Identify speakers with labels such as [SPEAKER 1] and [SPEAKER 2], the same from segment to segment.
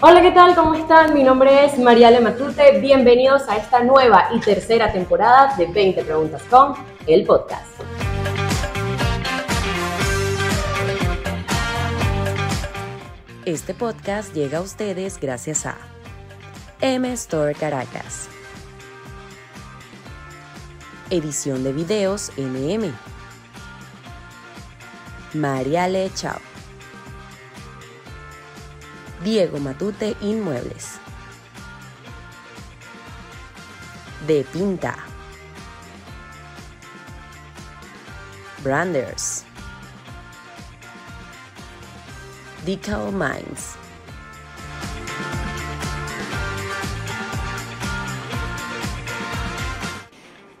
[SPEAKER 1] Hola, ¿qué tal? ¿Cómo están? Mi nombre es Mariale Matute. Bienvenidos a esta nueva y tercera temporada de 20 Preguntas con el podcast.
[SPEAKER 2] Este podcast llega a ustedes gracias a M Store Caracas. Edición de videos NM. Mariale Chao. Diego Matute Inmuebles. De Pinta. Branders. Decal Minds.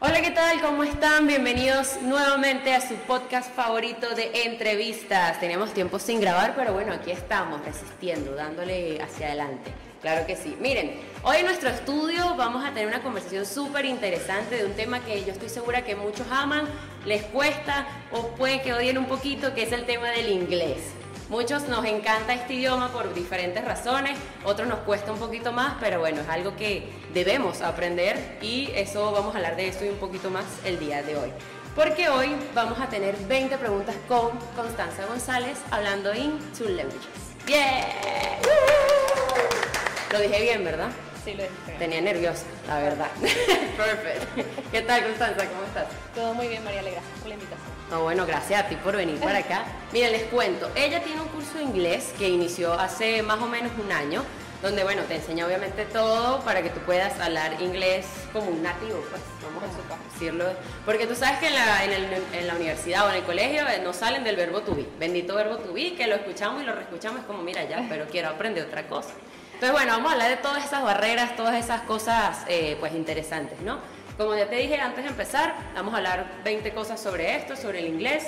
[SPEAKER 1] Hola, ¿qué tal? ¿Cómo están? Bienvenidos nuevamente a su podcast favorito de entrevistas. Teníamos tiempo sin grabar, pero bueno, aquí estamos resistiendo, dándole hacia adelante. Claro que sí. Miren, hoy en nuestro estudio vamos a tener una conversación súper interesante de un tema que yo estoy segura que muchos aman, les cuesta o puede que odien un poquito, que es el tema del inglés. Muchos nos encanta este idioma por diferentes razones, otros nos cuesta un poquito más, pero bueno, es algo que debemos aprender y eso vamos a hablar de eso y un poquito más el día de hoy. Porque hoy vamos a tener 20 preguntas con Constanza González hablando en two languages. ¡Yeah! Uh-huh. Lo dije bien, ¿verdad?
[SPEAKER 3] Sí, lo dijiste. bien.
[SPEAKER 1] Tenía nerviosa, la verdad. Perfect. ¿Qué tal, Constanza? ¿Cómo estás?
[SPEAKER 3] Todo muy bien, María, gracias por la invitación.
[SPEAKER 1] No, bueno, gracias a ti por venir para acá. Mira, les cuento, ella tiene un curso de inglés que inició hace más o menos un año, donde, bueno, te enseña obviamente todo para que tú puedas hablar inglés como un nativo, pues, vamos a decirlo. Porque tú sabes que en la, en el- en la universidad o en el colegio eh, no salen del verbo to be, bendito verbo to be, que lo escuchamos y lo reescuchamos, es como, mira, ya, pero quiero aprender otra cosa. Entonces, bueno, vamos a hablar de todas esas barreras, todas esas cosas, eh, pues, interesantes, ¿no? Como ya te dije antes de empezar, vamos a hablar 20 cosas sobre esto, sobre el inglés.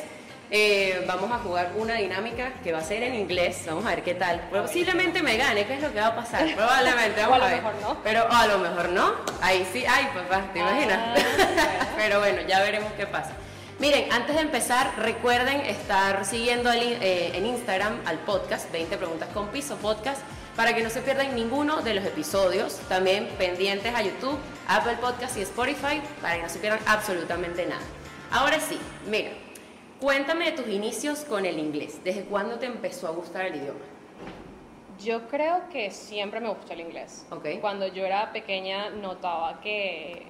[SPEAKER 1] Eh, vamos a jugar una dinámica que va a ser en inglés. Vamos a ver qué tal. Posiblemente me gane, ¿qué es lo que va a pasar? Probablemente, vamos
[SPEAKER 3] O a lo
[SPEAKER 1] ver.
[SPEAKER 3] mejor no.
[SPEAKER 1] Pero o a lo mejor no. Ahí sí, ay papá, ¿te imaginas?
[SPEAKER 3] Ah,
[SPEAKER 1] Pero bueno, ya veremos qué pasa. Miren, antes de empezar, recuerden estar siguiendo el in- eh, en Instagram al podcast 20 Preguntas con Piso Podcast para que no se pierdan ninguno de los episodios. También pendientes a YouTube, Apple Podcast y Spotify para que no se pierdan absolutamente nada. Ahora sí, mira, cuéntame de tus inicios con el inglés. ¿Desde cuándo te empezó a gustar el idioma?
[SPEAKER 3] Yo creo que siempre me gustó el inglés.
[SPEAKER 1] Ok.
[SPEAKER 3] Cuando yo era pequeña notaba que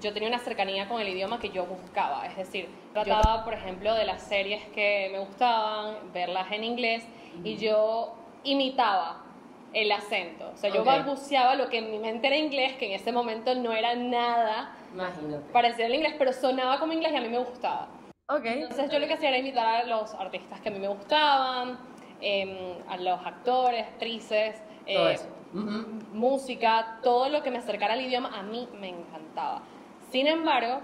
[SPEAKER 3] yo tenía una cercanía con el idioma que yo buscaba. Es decir, trataba, por ejemplo, de las series que me gustaban, verlas en inglés, y yo imitaba el acento. O sea, yo
[SPEAKER 1] Ok.
[SPEAKER 3] balbuceaba lo que en mi mente era inglés, que en ese momento no era nada
[SPEAKER 1] Imagínate.
[SPEAKER 3] parecido al inglés, pero sonaba como inglés y a mí me gustaba.
[SPEAKER 1] Ok.
[SPEAKER 3] Entonces yo lo que hacía era invitar a los artistas que a mí me gustaban, eh, a los actores, actrices, eh,
[SPEAKER 1] Todo eso. Ujú.
[SPEAKER 3] música, todo lo que me acercara al idioma a mí me encantaba. Sin embargo,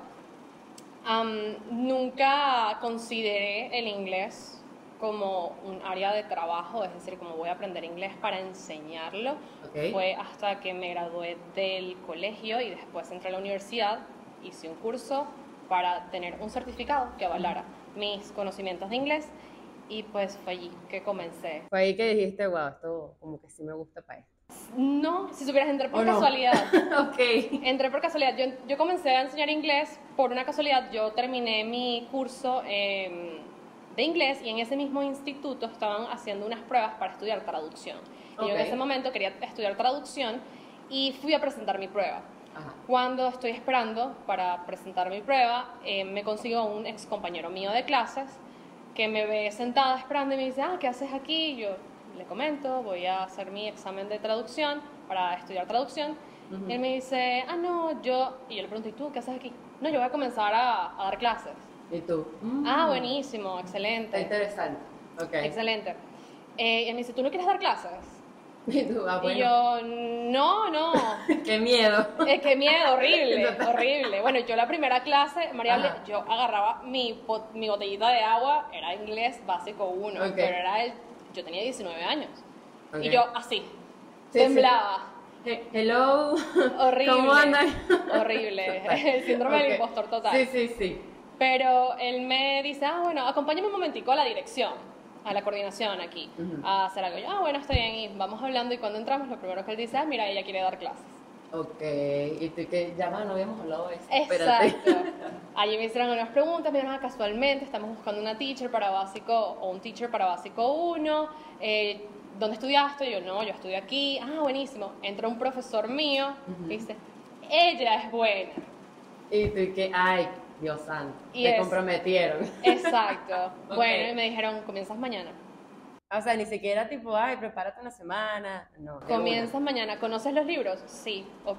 [SPEAKER 3] am, nunca consideré el inglés como un área de trabajo, es decir, como voy a aprender inglés para enseñarlo.
[SPEAKER 1] Ok.
[SPEAKER 3] Fue hasta que me gradué del colegio y después entré a la universidad, hice un curso para tener un certificado que avalara mis conocimientos de inglés y pues fue allí que comencé
[SPEAKER 1] Fue ahí que dijiste, wow, esto como que sí me gusta para esto.
[SPEAKER 3] No, si supieras, entré por
[SPEAKER 1] ¿O Oh, no?
[SPEAKER 3] casualidad.
[SPEAKER 1] ok.
[SPEAKER 3] Entré por casualidad. Yo, yo comencé a enseñar inglés por una casualidad. Yo terminé mi curso eh, de inglés y en ese mismo instituto estaban haciendo unas pruebas para estudiar traducción. Y yo
[SPEAKER 1] Ok.
[SPEAKER 3] en ese momento quería estudiar traducción y fui a presentar mi prueba.
[SPEAKER 1] Ajá.
[SPEAKER 3] Cuando estoy esperando para presentar mi prueba, eh, me consigo un ex compañero mío de clases que me ve sentada esperando y me dice, ah, ¿qué haces aquí? Y yo le comento, voy a hacer mi examen de traducción para estudiar traducción.
[SPEAKER 1] Ujú.
[SPEAKER 3] Él me dice, ah, no, yo, y yo le pregunto, ¿y tú qué haces aquí? No, yo voy a comenzar a, a dar clases.
[SPEAKER 1] ¿Y tú?
[SPEAKER 3] Ah,
[SPEAKER 1] Mm.
[SPEAKER 3] buenísimo,
[SPEAKER 1] Está
[SPEAKER 3] excelente.
[SPEAKER 1] interesante. Ok.
[SPEAKER 3] Excelente. Eh, y él me dice, ¿tú no quieres dar clases?
[SPEAKER 1] Y tú, ah,
[SPEAKER 3] Y
[SPEAKER 1] bueno.
[SPEAKER 3] yo, no, no.
[SPEAKER 1] Qué miedo.
[SPEAKER 3] Es que miedo, horrible,
[SPEAKER 1] Total.
[SPEAKER 3] horrible. Bueno, yo la primera clase, María,
[SPEAKER 1] Ajá.
[SPEAKER 3] yo agarraba mi, pot- mi botellita de agua, era inglés básico 1,
[SPEAKER 1] Ok.
[SPEAKER 3] pero era el, yo tenía 19 años.
[SPEAKER 1] Ok.
[SPEAKER 3] Y yo así,
[SPEAKER 1] sí.
[SPEAKER 3] temblaba,
[SPEAKER 1] He- Hello.
[SPEAKER 3] horrible.
[SPEAKER 1] ¿Cómo andan? Total.
[SPEAKER 3] Horrible, el síndrome
[SPEAKER 1] Ok.
[SPEAKER 3] del impostor total.
[SPEAKER 1] Sí, sí, sí.
[SPEAKER 3] Pero él me dice, ah, bueno, acompáñame un momentico a la dirección. a la coordinación aquí,
[SPEAKER 2] Ujú.
[SPEAKER 3] a hacer algo. Yo, ah, bueno, está bien, y vamos hablando y cuando entramos, lo primero que él dice es, mira, ella quiere dar clases.
[SPEAKER 2] Ok, y tú que ya más no habíamos hablado de eso. Espérate.
[SPEAKER 3] Exacto. Allí me hicieron unas preguntas, me dijeron, "Ah, casualmente estamos buscando una teacher para básico o un teacher para básico 1. Eh, ¿Dónde estudiaste? Yo no, yo estudié aquí. Ah, buenísimo. Entra un profesor mío
[SPEAKER 2] Ujú.
[SPEAKER 3] que dice, ella es buena.
[SPEAKER 2] Y tú que, ay, Dios santo,
[SPEAKER 3] Y
[SPEAKER 2] te
[SPEAKER 3] es-
[SPEAKER 2] comprometieron.
[SPEAKER 3] Exacto.
[SPEAKER 2] Ok.
[SPEAKER 3] Bueno, y me dijeron, comienzas mañana.
[SPEAKER 2] O sea, ni siquiera tipo, ay, prepárate una semana. No. de
[SPEAKER 3] Comienzas mañana. ¿Conoces los libros? Sí, ok.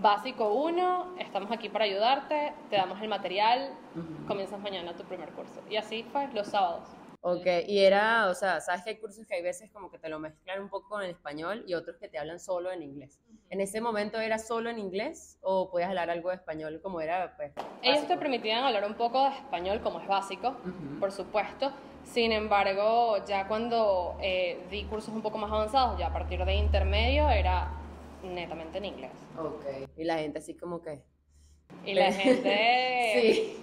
[SPEAKER 3] Básico 1, estamos aquí para ayudarte, te damos el material,
[SPEAKER 2] Ujú.
[SPEAKER 3] comienzas mañana tu primer curso. Y así fue los sábados.
[SPEAKER 2] una. Ok, y era, o sea, sabes que hay cursos que hay veces como que te lo mezclan un poco con el español y otros que te hablan solo en inglés. ¿En ese momento era solo en inglés o podías hablar algo de español como era, pues?
[SPEAKER 3] Ellos te
[SPEAKER 2] básico?
[SPEAKER 3] permitían hablar un poco de español, como es básico,
[SPEAKER 2] Ujú.
[SPEAKER 3] por supuesto. Sin embargo, ya cuando eh, di cursos un poco más avanzados, ya a partir de intermedio, era netamente en inglés.
[SPEAKER 2] Ok, y la gente así como que.
[SPEAKER 3] Y la gente...
[SPEAKER 2] Sí.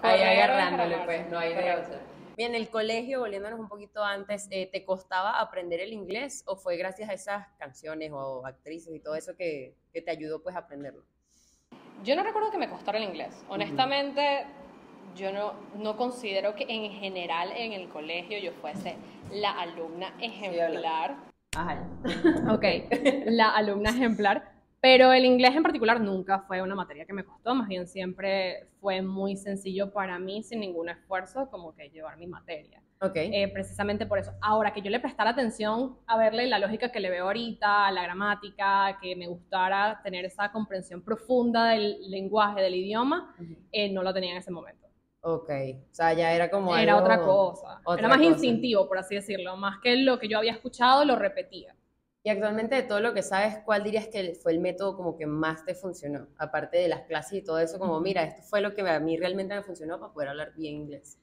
[SPEAKER 3] correr
[SPEAKER 2] Ahí
[SPEAKER 3] o
[SPEAKER 2] agarrándole,
[SPEAKER 3] encamarse.
[SPEAKER 2] pues, no hay de
[SPEAKER 3] Correcto.
[SPEAKER 2] otra. Bien, el colegio, volviéndonos un poquito antes, eh, ¿te costaba aprender el inglés o fue gracias a esas canciones o actrices y todo eso que, que te ayudó pues a aprenderlo?
[SPEAKER 3] Yo no recuerdo que me costara el inglés. Honestamente, yo no, no considero que en general en el colegio yo fuese la alumna ejemplar.
[SPEAKER 2] Ajá.
[SPEAKER 3] Ok, la alumna ejemplar. Pero el inglés en particular nunca fue una materia que me costó, más bien siempre fue muy sencillo para mí, sin ningún esfuerzo, como que llevar mi materia.
[SPEAKER 2] Ok.
[SPEAKER 3] Eh, precisamente por eso. Ahora, que yo le prestara atención a verle la lógica que le veo ahorita, a la gramática, que me gustara tener esa comprensión profunda del lenguaje, del idioma,
[SPEAKER 2] Ujú.
[SPEAKER 3] eh, no lo tenía en ese momento.
[SPEAKER 2] ok. O sea, ya era como
[SPEAKER 3] Era
[SPEAKER 2] algo-
[SPEAKER 3] otra cosa.
[SPEAKER 2] otra
[SPEAKER 3] Era más
[SPEAKER 2] cosa.
[SPEAKER 3] instintivo, por así decirlo. Más que lo que yo había escuchado, lo repetía.
[SPEAKER 2] Y actualmente de todo lo que sabes, ¿cuál dirías que fue el método como que más te funcionó? Aparte de las clases y todo eso, como mira, esto fue lo que a mí realmente me funcionó para poder hablar bien inglés.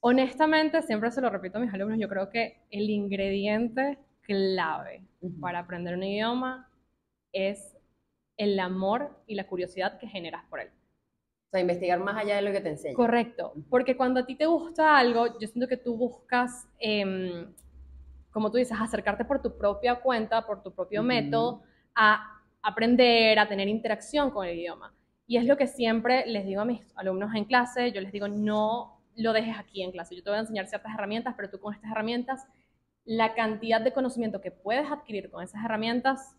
[SPEAKER 3] Honestamente, siempre se lo repito a mis alumnos, yo creo que el ingrediente clave
[SPEAKER 2] Ujú.
[SPEAKER 3] para aprender un idioma es el amor y la curiosidad que generas por él.
[SPEAKER 2] O sea, investigar más allá de lo que te enseñan.
[SPEAKER 3] Correcto, porque cuando a ti te gusta algo, yo siento que tú buscas, em, como tú dices, acercarte por tu propia cuenta, por tu propio
[SPEAKER 2] Ujú.
[SPEAKER 3] método, a aprender, a tener interacción con el idioma. Y es lo que siempre les digo a mis alumnos en clase, yo les digo, no lo dejes aquí en clase, yo te voy a enseñar ciertas herramientas, pero tú con estas herramientas, la cantidad de conocimiento que puedes adquirir con esas herramientas,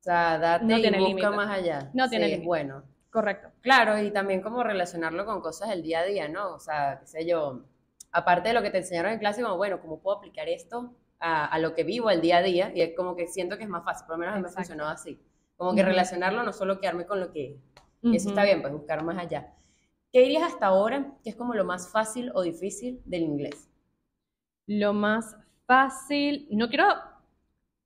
[SPEAKER 2] O sea, date
[SPEAKER 3] No
[SPEAKER 2] y
[SPEAKER 3] tiene
[SPEAKER 2] busca
[SPEAKER 3] límite.
[SPEAKER 2] más allá.
[SPEAKER 3] No tiene
[SPEAKER 2] Sí, es
[SPEAKER 3] límite.
[SPEAKER 2] bueno.
[SPEAKER 3] correcto.
[SPEAKER 2] Claro, y también como relacionarlo con cosas del día a día, ¿no? O sea, qué sé yo, aparte de lo que te enseñaron en clase, como bueno, ¿cómo puedo aplicar esto a, a lo que vivo el día a día? Y es como que siento que es más fácil, por lo menos a mí me ha
[SPEAKER 3] Exacto.
[SPEAKER 2] funcionado así. Como que
[SPEAKER 3] Ujú.
[SPEAKER 2] relacionarlo, no solo quedarme con lo que Eso está
[SPEAKER 3] Ujú.
[SPEAKER 2] bien, pues buscar más allá. ¿Qué dirías hasta ahora que es como lo más fácil o difícil del inglés?
[SPEAKER 3] Lo más fácil, no quiero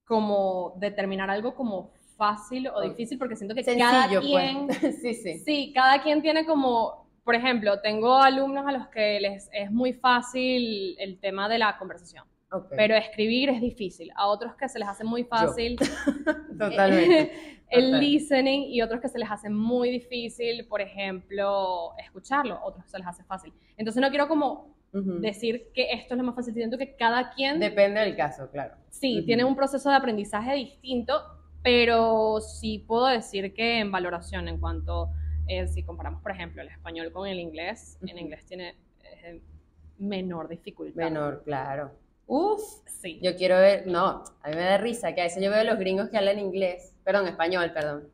[SPEAKER 3] como determinar algo como fácil o
[SPEAKER 2] Ok.
[SPEAKER 3] difícil porque siento que cada
[SPEAKER 2] Sencillo,
[SPEAKER 3] quien,
[SPEAKER 2] pues. Sí, sí.
[SPEAKER 3] sí, cada quien tiene como, por ejemplo, tengo alumnos a los que les es muy fácil el tema de la conversación,
[SPEAKER 2] Ok,
[SPEAKER 3] pero escribir es difícil. A otros que se les hace muy fácil
[SPEAKER 2] totalmente.
[SPEAKER 3] el
[SPEAKER 2] Total.
[SPEAKER 3] listening y otros que se les hace muy difícil, por ejemplo, escucharlo, otros se les hace fácil. Entonces no quiero como
[SPEAKER 2] Ujú.
[SPEAKER 3] decir que esto es lo más fácil, siento que cada quien
[SPEAKER 2] Depende del caso, claro.
[SPEAKER 3] Sí,
[SPEAKER 2] Ujú.
[SPEAKER 3] tiene un proceso de aprendizaje distinto, pero sí puedo decir que en valoración, en cuanto, eh, si comparamos, por ejemplo, el español con el inglés, en
[SPEAKER 2] Ujú.
[SPEAKER 3] inglés tiene eh, menor dificultad.
[SPEAKER 2] Menor, claro. Uf,
[SPEAKER 3] Sí.
[SPEAKER 2] yo quiero ver, no, a mí me da risa que a veces yo veo a los gringos que hablan inglés, perdón, español, perdón.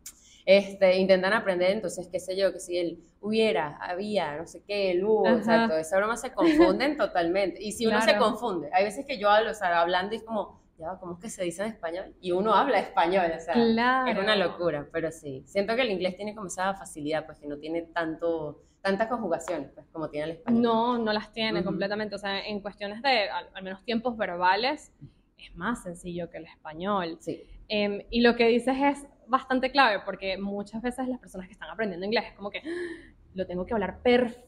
[SPEAKER 2] Este, intentan aprender, entonces, qué sé yo, que si el hubiera, había, no sé qué, el hubo,
[SPEAKER 3] Ajá.
[SPEAKER 2] o sea, toda esa broma se confunden totalmente. Y si uno se
[SPEAKER 3] Claro.
[SPEAKER 2] confunde, hay veces que yo hablo, o sea, hablando y es como, ya, va, ¿cómo es que se dice en español? Y uno habla español, o sea, es una
[SPEAKER 3] Claro.
[SPEAKER 2] locura, pero sí. Siento que el inglés tiene como esa facilidad, pues que no tiene tanto, tantas conjugaciones, pues como tiene el español.
[SPEAKER 3] No, no las tiene
[SPEAKER 2] Ujú.
[SPEAKER 3] completamente. O sea, en cuestiones de, al, al menos tiempos verbales, es más sencillo que el español.
[SPEAKER 2] Sí.
[SPEAKER 3] Em, y lo que dices es bastante clave, porque muchas veces las personas que están aprendiendo inglés es como que "Ah, lo tengo que hablar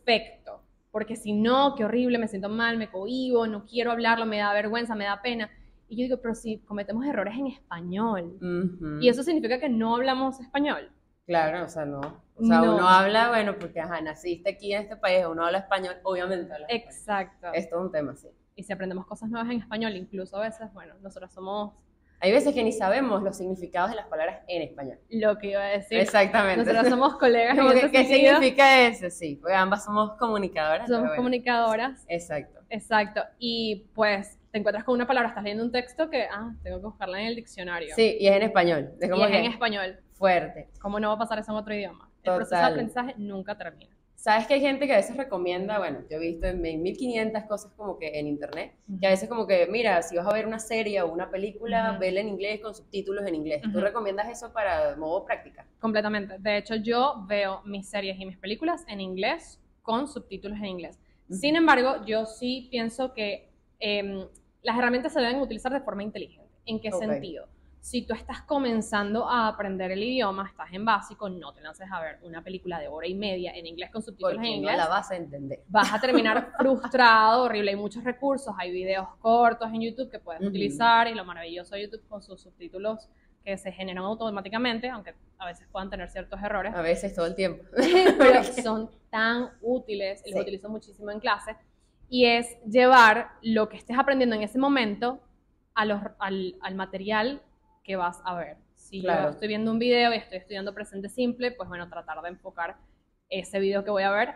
[SPEAKER 3] perfecto, porque si no, qué horrible, me siento mal, me cohibo, no quiero hablarlo, me da vergüenza, me da pena. Y yo digo, pero si cometemos errores en español,
[SPEAKER 2] Ujú.
[SPEAKER 3] y eso significa que no hablamos español.
[SPEAKER 2] Claro, o sea, no. O sea,
[SPEAKER 3] No.
[SPEAKER 2] uno habla, bueno, porque ajá, naciste aquí en este país, uno habla español, obviamente habla español.
[SPEAKER 3] Exacto.
[SPEAKER 2] Esto es un tema, sí.
[SPEAKER 3] Y si aprendemos cosas nuevas en español, incluso a veces, bueno, nosotros somos
[SPEAKER 2] Hay veces que ni sabemos los significados de las palabras en español.
[SPEAKER 3] lo que iba a decir.
[SPEAKER 2] Exactamente.
[SPEAKER 3] Nosotros somos colegas en
[SPEAKER 2] Como que,
[SPEAKER 3] ese
[SPEAKER 2] ¿Qué
[SPEAKER 3] sentido.
[SPEAKER 2] significa eso? Sí, porque ambas somos comunicadoras.
[SPEAKER 3] Somos
[SPEAKER 2] pero bueno.
[SPEAKER 3] comunicadoras.
[SPEAKER 2] Exacto.
[SPEAKER 3] Exacto. Y pues te encuentras con una palabra, estás leyendo un texto que, ah, tengo que buscarla en el diccionario.
[SPEAKER 2] Sí, y es en español. Es
[SPEAKER 3] Y
[SPEAKER 2] como
[SPEAKER 3] es en
[SPEAKER 2] que
[SPEAKER 3] español.
[SPEAKER 2] fuerte.
[SPEAKER 3] ¿Cómo no va a pasar eso en otro idioma? El proceso de
[SPEAKER 2] Total.
[SPEAKER 3] aprendizaje nunca termina.
[SPEAKER 2] ¿Sabes que hay gente que a veces recomienda, bueno, yo he visto en 1500 cosas como que en internet, que a veces como que, mira, si vas a ver una serie o una película,
[SPEAKER 3] Ujú.
[SPEAKER 2] vela en inglés con subtítulos en inglés. ¿Tú
[SPEAKER 3] Ujú.
[SPEAKER 2] recomiendas eso para modo práctica?
[SPEAKER 3] Completamente. De hecho, yo veo mis series y mis películas en inglés con subtítulos en inglés. Sin embargo, yo sí pienso que em, las herramientas se deben utilizar de forma inteligente. ¿En qué
[SPEAKER 2] Ok.
[SPEAKER 3] sentido? Si tú estás comenzando a aprender el idioma, estás en básico, no te lances a ver una película de hora y media en inglés con subtítulos en
[SPEAKER 2] Porque no
[SPEAKER 3] inglés.
[SPEAKER 2] la vas a entender.
[SPEAKER 3] vas a terminar frustrado, horrible. Hay muchos recursos, hay videos cortos en YouTube que puedes
[SPEAKER 2] Ujú.
[SPEAKER 3] utilizar y lo maravilloso de YouTube con sus subtítulos que se generan automáticamente, aunque a veces puedan tener ciertos errores,
[SPEAKER 2] A veces, todo el tiempo.
[SPEAKER 3] pero son tan útiles, los
[SPEAKER 2] Sí.
[SPEAKER 3] utilizo muchísimo en clase, y es llevar lo que estés aprendiendo en ese momento a los, al, al material que vas a ver. Si yo
[SPEAKER 2] Claro.
[SPEAKER 3] estoy viendo un video y estoy estudiando presente simple, pues bueno, tratar de enfocar ese video que voy a ver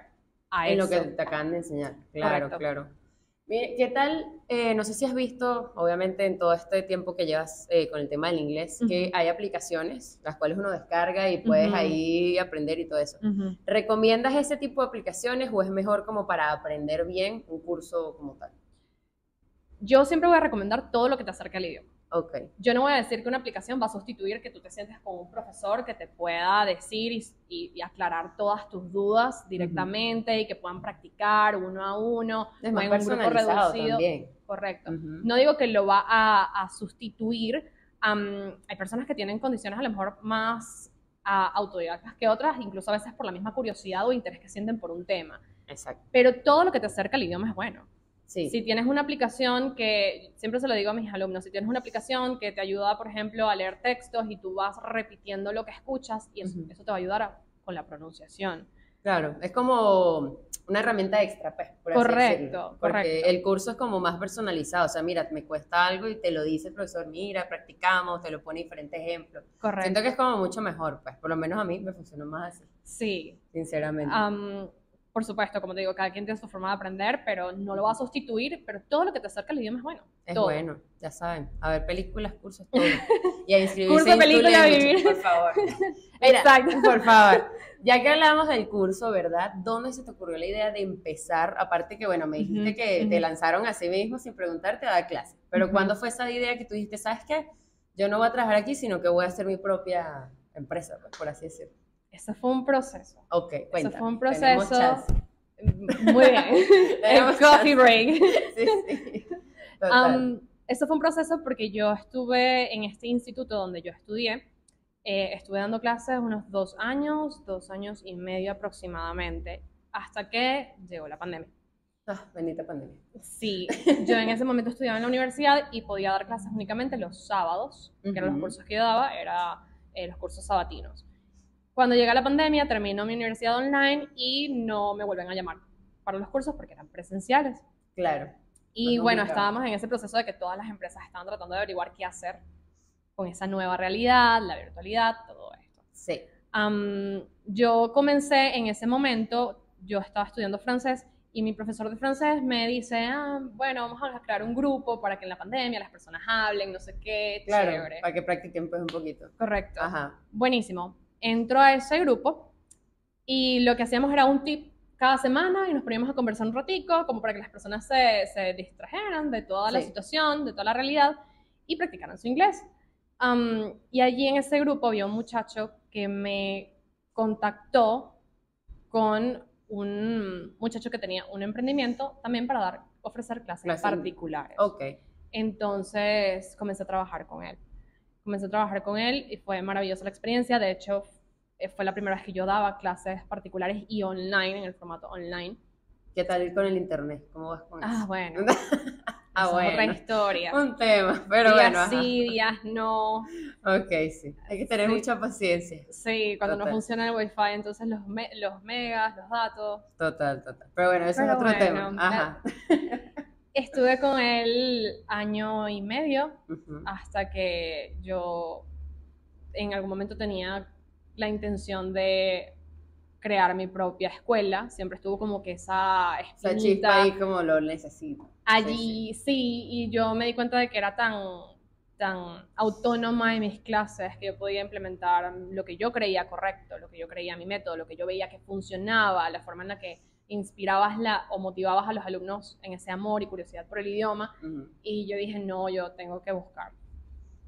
[SPEAKER 3] a
[SPEAKER 2] en
[SPEAKER 3] eso.
[SPEAKER 2] lo que te acaban de enseñar. Claro,
[SPEAKER 3] Correcto.
[SPEAKER 2] claro. Mire, ¿qué tal? Eh, no sé si has visto, obviamente, en todo este tiempo que llevas eh, con el tema del inglés, que
[SPEAKER 3] Ujú.
[SPEAKER 2] hay aplicaciones las cuales uno descarga y puedes
[SPEAKER 3] Ujú.
[SPEAKER 2] ahí aprender y todo eso.
[SPEAKER 3] Ujú.
[SPEAKER 2] ¿Recomiendas ese tipo de aplicaciones o es mejor como para aprender bien un curso como tal?
[SPEAKER 3] Yo siempre voy a recomendar todo lo que te acerque al idioma.
[SPEAKER 2] Ok,
[SPEAKER 3] Yo no voy a decir que una aplicación va a sustituir que tú te sientes con un profesor que te pueda decir y, y- y aclarar todas tus dudas directamente y que puedan practicar uno a uno.
[SPEAKER 2] es
[SPEAKER 3] o
[SPEAKER 2] más
[SPEAKER 3] en un grupo
[SPEAKER 2] personalizado
[SPEAKER 3] reducido.
[SPEAKER 2] también.
[SPEAKER 3] Correcto.
[SPEAKER 2] Ujú.
[SPEAKER 3] No digo que lo va a, a sustituir. am, hay personas que tienen condiciones a lo mejor más ah, autodidactas que otras, incluso a veces por la misma curiosidad o interés que sienten por un tema.
[SPEAKER 2] Exacto,
[SPEAKER 3] Pero todo lo que te acerca al idioma es bueno.
[SPEAKER 2] sí.
[SPEAKER 3] Si tienes una aplicación que, siempre se lo digo a mis alumnos, si tienes una aplicación que te ayuda, por ejemplo, a leer textos y tú vas repitiendo lo que escuchas, y eso,
[SPEAKER 2] Ujú.
[SPEAKER 3] eso te va a ayudar a- con la pronunciación.
[SPEAKER 2] Claro, es como una herramienta extra, pues, por así
[SPEAKER 3] Correcto,
[SPEAKER 2] decirlo. Porque
[SPEAKER 3] correcto.
[SPEAKER 2] el curso es como más personalizado. O sea, mira, me cuesta algo y te lo dice el profesor, mira, practicamos, te lo pone diferentes ejemplos. Siento
[SPEAKER 3] Correcto.
[SPEAKER 2] que es como mucho mejor, pues, por lo menos a mí me funcionó más así,
[SPEAKER 3] Sí.
[SPEAKER 2] sinceramente.
[SPEAKER 3] Am, por supuesto, como te digo, cada quien tiene su forma de aprender, pero no lo va a sustituir, pero todo lo que te acerca al idioma es bueno.
[SPEAKER 2] Es
[SPEAKER 3] todo.
[SPEAKER 2] bueno, ya saben. A ver, películas, cursos, todo. Y a inscribirse
[SPEAKER 3] Curso,
[SPEAKER 2] en tu
[SPEAKER 3] película,
[SPEAKER 2] language,
[SPEAKER 3] vivir.
[SPEAKER 2] por favor. Mira,
[SPEAKER 3] Exacto.
[SPEAKER 2] por favor. Ya que hablamos del curso, ¿verdad? ¿Dónde se te ocurrió la idea de empezar? Aparte que, bueno, me dijiste
[SPEAKER 3] Ujú,
[SPEAKER 2] que
[SPEAKER 3] ujú.
[SPEAKER 2] te lanzaron a sí mismo sin preguntarte a dar clases. Pero
[SPEAKER 3] Ujú.
[SPEAKER 2] ¿cuándo fue esa idea que tú dijiste, sabes qué? Yo no voy a trabajar aquí, sino que voy a hacer mi propia empresa, pues, por así decirlo.
[SPEAKER 3] Eso fue un proceso.
[SPEAKER 2] Ok, cuéntame.
[SPEAKER 3] Eso fue un
[SPEAKER 2] Tenemos
[SPEAKER 3] proceso.
[SPEAKER 2] chance.
[SPEAKER 3] Muy bien. El
[SPEAKER 2] Tenemos
[SPEAKER 3] coffee
[SPEAKER 2] chance.
[SPEAKER 3] break. Um,
[SPEAKER 2] Sí, sí. Total.
[SPEAKER 3] Am, eso fue un proceso porque yo estuve en este instituto donde yo estudié, eh, estuve dando clases unos dos años, dos años y medio aproximadamente, hasta que llegó la pandemia.
[SPEAKER 2] Ah, bendita pandemia.
[SPEAKER 3] Sí, yo en ese momento estudiaba en la universidad y podía dar clases únicamente los sábados, que eran los
[SPEAKER 2] Ujú.
[SPEAKER 3] cursos que yo daba, eran los cursos sabatinos. Cuando llega la pandemia, termino mi universidad online y no me vuelven a llamar para los cursos porque eran presenciales.
[SPEAKER 2] Claro.
[SPEAKER 3] Y
[SPEAKER 2] Más
[SPEAKER 3] bueno,
[SPEAKER 2] complicado.
[SPEAKER 3] estábamos en ese proceso de que todas las empresas estaban tratando de averiguar qué hacer con esa nueva realidad, la virtualidad, todo esto.
[SPEAKER 2] Sí.
[SPEAKER 3] Am, yo comencé en ese momento, yo estaba estudiando francés y mi profesor de francés me dice, "Ah, bueno, vamos a crear un grupo para que en la pandemia las personas hablen, no sé qué,
[SPEAKER 2] Claro,
[SPEAKER 3] chévere.
[SPEAKER 2] para que practiquen pues un poquito.
[SPEAKER 3] Correcto.
[SPEAKER 2] Ajá.
[SPEAKER 3] Buenísimo. Entro a ese grupo y lo que hacíamos era un tip cada semana y nos poníamos a conversar un ratico, como para que las personas se, se distrajeran de toda la
[SPEAKER 2] Sí.
[SPEAKER 3] situación, de toda la realidad y practicaran su inglés. Am, y allí en ese grupo había un muchacho que me contactó con un muchacho que tenía un emprendimiento también para dar, ofrecer clases
[SPEAKER 2] Clases.
[SPEAKER 3] particulares.
[SPEAKER 2] Ok.
[SPEAKER 3] Entonces comencé a trabajar con él. Comencé a trabajar con él y fue maravillosa la experiencia. De hecho, eh, fue la primera vez que yo daba clases particulares y online, en el formato online.
[SPEAKER 2] ¿Qué tal ir con el internet? ¿Cómo vas con eso?
[SPEAKER 3] Ah, bueno.
[SPEAKER 2] Ah,
[SPEAKER 3] Esa es otra
[SPEAKER 2] bueno.
[SPEAKER 3] historia.
[SPEAKER 2] Un tema, pero
[SPEAKER 3] días
[SPEAKER 2] bueno. ajá.
[SPEAKER 3] sí, días no.
[SPEAKER 2] Ok, sí. Hay que tener
[SPEAKER 3] Sí.
[SPEAKER 2] mucha paciencia.
[SPEAKER 3] Sí, cuando
[SPEAKER 2] Total.
[SPEAKER 3] no funciona el wifi, entonces los, me- los megas, los datos.
[SPEAKER 2] Total, total. Pero bueno, eso
[SPEAKER 3] Pero
[SPEAKER 2] es otro
[SPEAKER 3] bueno,
[SPEAKER 2] tema.
[SPEAKER 3] la-
[SPEAKER 2] Ajá.
[SPEAKER 3] Estuve con él año y medio
[SPEAKER 2] Ujú.
[SPEAKER 3] hasta que yo en algún momento tenía la intención de crear mi propia escuela. Siempre estuvo como que esa
[SPEAKER 2] O sea,
[SPEAKER 3] espinita
[SPEAKER 2] chispa ahí como lo necesito.
[SPEAKER 3] allí, sí, y yo me di cuenta de que era tan, tan autónoma en mis clases que yo podía implementar lo que yo creía correcto, lo que yo creía mi método, lo que yo veía que funcionaba, la forma en la que inspirabas la, o motivabas a los alumnos en ese amor y curiosidad por el idioma.
[SPEAKER 2] Ujú.
[SPEAKER 3] Y yo dije, no, yo tengo que buscar.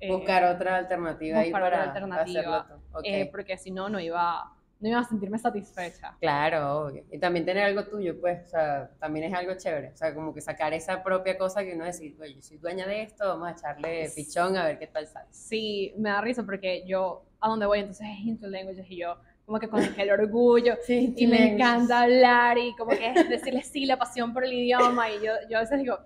[SPEAKER 3] eh,
[SPEAKER 2] Buscar otra alternativa ahí
[SPEAKER 3] buscar otra
[SPEAKER 2] para
[SPEAKER 3] alternativa,
[SPEAKER 2] hacerlo tú. Ok.
[SPEAKER 3] eh, porque si no, no iba, no iba a sentirme satisfecha.
[SPEAKER 2] Claro, obvio. Y también tener algo tuyo, pues, o sea, también es algo chévere. O sea, como que sacar esa propia cosa que uno decir, oye, yo soy dueña de esto, vamos a echarle pichón a ver qué tal sale.
[SPEAKER 3] Sí, me da risa porque yo, a donde voy, entonces es into languages y yo, como que con el orgullo,
[SPEAKER 2] Sí,
[SPEAKER 3] y me encanta hablar y como que es decirle sí la pasión por el idioma y yo, yo a veces digo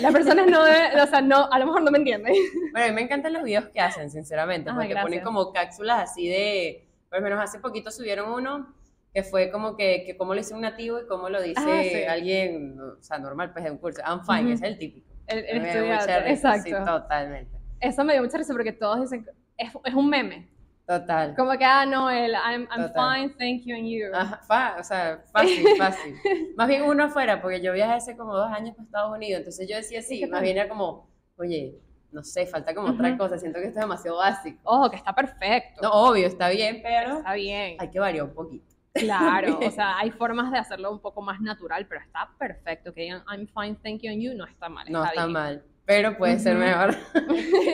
[SPEAKER 3] las personas no deben- o sea no a lo mejor no me entienden
[SPEAKER 2] Bueno, a mí me encantan los videos que hacen, sinceramente,
[SPEAKER 3] Ay,
[SPEAKER 2] porque ponen
[SPEAKER 3] gracias.
[SPEAKER 2] como cápsulas así de, por lo menos hace poquito subieron uno que fue como que, que cómo lo dice un nativo y cómo lo dice
[SPEAKER 3] Ah, sí.
[SPEAKER 2] alguien, o sea, normal, pues de un curso. I'm fine,
[SPEAKER 3] Ujú.
[SPEAKER 2] ese es el típico.
[SPEAKER 3] el, el
[SPEAKER 2] Me da mucha
[SPEAKER 3] estudiante
[SPEAKER 2] risa, sí,
[SPEAKER 3] exacto
[SPEAKER 2] totalmente.
[SPEAKER 3] eso me dio mucha risa porque todos dicen que es, es un meme
[SPEAKER 2] Total.
[SPEAKER 3] como que ah no el I'm, I'm
[SPEAKER 2] Total.
[SPEAKER 3] fine thank you and you
[SPEAKER 2] Ajá, fa- o sea, fácil, fácil. Más bien uno afuera, porque yo viajé hace como dos años para Estados Unidos, entonces yo decía
[SPEAKER 3] ¿Y
[SPEAKER 2] sí,
[SPEAKER 3] qué
[SPEAKER 2] más
[SPEAKER 3] tal?
[SPEAKER 2] bien era como, oye, no sé, falta como otra
[SPEAKER 3] Ujú.
[SPEAKER 2] cosa, siento que esto es demasiado básico.
[SPEAKER 3] ojo que está perfecto
[SPEAKER 2] No, obvio, está bien, pero
[SPEAKER 3] está bien
[SPEAKER 2] hay que variar un poquito.
[SPEAKER 3] claro o sea hay formas de hacerlo un poco más natural pero está perfecto que digan I'm fine thank you and you no está mal
[SPEAKER 2] No está
[SPEAKER 3] bien.
[SPEAKER 2] mal, pero puede ser
[SPEAKER 3] Ujú.
[SPEAKER 2] mejor.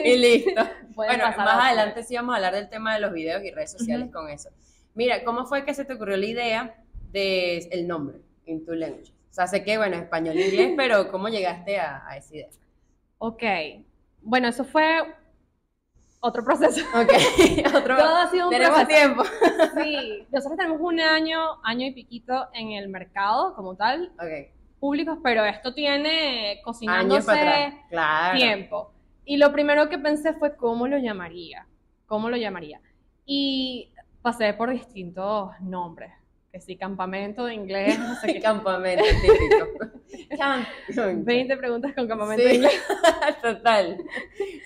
[SPEAKER 2] y listo.
[SPEAKER 3] Pueden
[SPEAKER 2] Bueno,
[SPEAKER 3] pasar
[SPEAKER 2] más
[SPEAKER 3] a-
[SPEAKER 2] adelante sí vamos a hablar del tema de los videos y redes sociales con eso. Mira, ¿cómo fue que se te ocurrió la idea del nombre, In Two Languages? O sea, sé que, bueno, español e inglés, pero ¿cómo llegaste a, a esa idea?
[SPEAKER 3] Ok. Bueno, eso fue otro proceso.
[SPEAKER 2] Ok, otro.
[SPEAKER 3] Todo ha sido un
[SPEAKER 2] Tenemos
[SPEAKER 3] proceso.
[SPEAKER 2] tiempo.
[SPEAKER 3] Sí. Nosotros tenemos un año, año y piquito en el mercado como tal,
[SPEAKER 2] Ok.
[SPEAKER 3] públicos, pero esto tiene
[SPEAKER 2] Años para atrás.
[SPEAKER 3] cocinándose
[SPEAKER 2] Claro.
[SPEAKER 3] tiempo. Y lo primero que pensé fue cómo lo llamaría, cómo lo llamaría. Y pasé por distintos nombres, que sí, campamento de inglés, no sé qué.
[SPEAKER 2] Campamento típico. Camp.
[SPEAKER 3] 20 preguntas con campamento de
[SPEAKER 2] Sí.
[SPEAKER 3] inglés.
[SPEAKER 2] Total.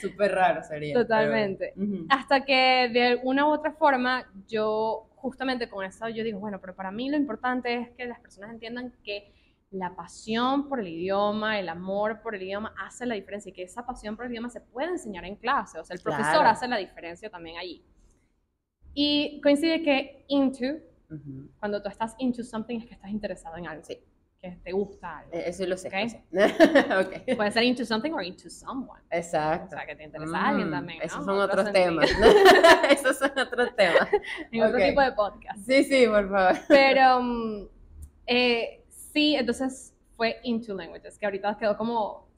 [SPEAKER 2] Súper raro sería. pero
[SPEAKER 3] Totalmente.
[SPEAKER 2] bueno. Ujú.
[SPEAKER 3] hasta que de alguna u otra forma yo justamente con eso yo digo, bueno, pero para mí lo importante es que las personas entiendan que la pasión por el idioma, el amor por el idioma hace la diferencia y que esa pasión por el idioma se puede enseñar en clase, o sea, el profesor
[SPEAKER 2] Claro.
[SPEAKER 3] hace la diferencia también allí. Y coincide que into,
[SPEAKER 2] Ujú.
[SPEAKER 3] cuando tú estás into something es que estás interesado en algo,
[SPEAKER 2] Sí.
[SPEAKER 3] que te gusta algo.
[SPEAKER 2] Eh, Eso lo sé.
[SPEAKER 3] Ok.
[SPEAKER 2] lo sé. Ok.
[SPEAKER 3] Puede ser into something or into someone. O
[SPEAKER 2] Exacto.
[SPEAKER 3] sea, que te interesa alguien
[SPEAKER 2] Mm,
[SPEAKER 3] también.
[SPEAKER 2] Esos
[SPEAKER 3] ¿no?
[SPEAKER 2] son
[SPEAKER 3] Otro
[SPEAKER 2] otros
[SPEAKER 3] sentido.
[SPEAKER 2] temas. esos son otros temas.
[SPEAKER 3] En otro
[SPEAKER 2] Ok.
[SPEAKER 3] tipo de podcast.
[SPEAKER 2] Sí, sí, por favor.
[SPEAKER 3] Pero mm, eh, sí, entonces fue Into Languages, que ahorita quedó como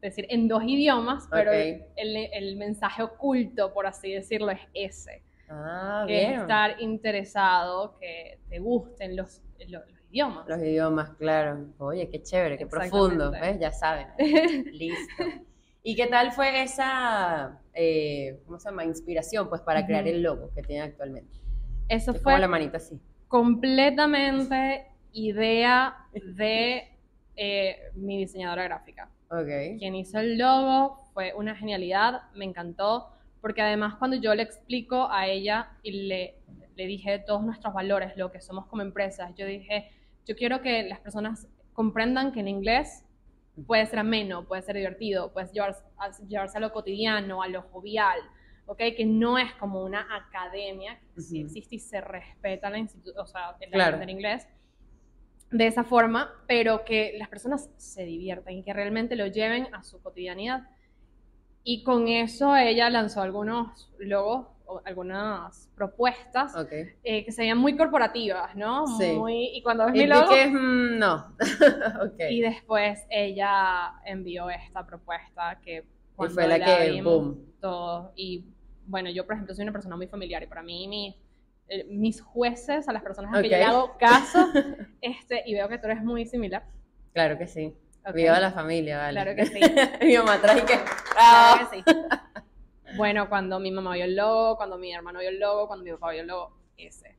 [SPEAKER 3] decir en dos idiomas, pero
[SPEAKER 2] Ok.
[SPEAKER 3] el, el mensaje oculto, por así decirlo, es ese.
[SPEAKER 2] Ah,
[SPEAKER 3] que es
[SPEAKER 2] bien.
[SPEAKER 3] estar interesado, que te gusten los, lo- los, idiomas.
[SPEAKER 2] Los idiomas, claro. Oye, qué chévere, qué profundo, ¿ves?
[SPEAKER 3] Exactamente.
[SPEAKER 2] Ya saben. Listo. ¿Y qué tal fue esa, eh, ¿cómo se llama? Inspiración, pues, para crear
[SPEAKER 3] Ujú.
[SPEAKER 2] el logo que tienen actualmente.
[SPEAKER 3] Eso
[SPEAKER 2] Es como
[SPEAKER 3] fue
[SPEAKER 2] la manita así.
[SPEAKER 3] completamente idea de eh, mi diseñadora gráfica.
[SPEAKER 2] Ok.
[SPEAKER 3] quien hizo el logo, fue una genialidad, me encantó, porque además cuando yo le explico a ella y le, le dije todos nuestros valores, lo que somos como empresas, yo dije, yo quiero que las personas comprendan que el inglés puede ser ameno, puede ser divertido, puede llevarse a, llevarse a lo cotidiano, a lo jovial, ¿ok? Que no es como una academia, que sí
[SPEAKER 2] Ujú.
[SPEAKER 3] existe y se respeta la institu- o sea, el
[SPEAKER 2] Claro.
[SPEAKER 3] aprender inglés de esa forma, pero que las personas se diviertan y que realmente lo lleven a su cotidianidad. Y con eso ella lanzó algunos logos, o algunas propuestas
[SPEAKER 2] Ok.
[SPEAKER 3] eh, que se veían muy corporativas, ¿no?
[SPEAKER 2] Sí.
[SPEAKER 3] Muy, y cuando ves
[SPEAKER 2] Y
[SPEAKER 3] mi
[SPEAKER 2] vi
[SPEAKER 3] logo,
[SPEAKER 2] que es, mm, no. ok.
[SPEAKER 3] y después ella envió esta propuesta que
[SPEAKER 2] Y
[SPEAKER 3] cuando
[SPEAKER 2] fue la que,
[SPEAKER 3] vimos
[SPEAKER 2] boom.
[SPEAKER 3] todos, y bueno, yo por ejemplo soy una persona muy familiar y para mí mis, eh, mis jueces, a las personas a las que yo
[SPEAKER 2] Ok.
[SPEAKER 3] le hago caso, este, y veo que tú eres muy similar,
[SPEAKER 2] Claro que sí.
[SPEAKER 3] Ok.
[SPEAKER 2] Viva la familia, vale.
[SPEAKER 3] Claro que sí.
[SPEAKER 2] mi mamá trae que.
[SPEAKER 3] Claro
[SPEAKER 2] ¡Bravo!
[SPEAKER 3] que sí. Bueno, cuando mi mamá vio el logo, cuando mi hermano vio el logo, cuando mi papá vio el logo, ese.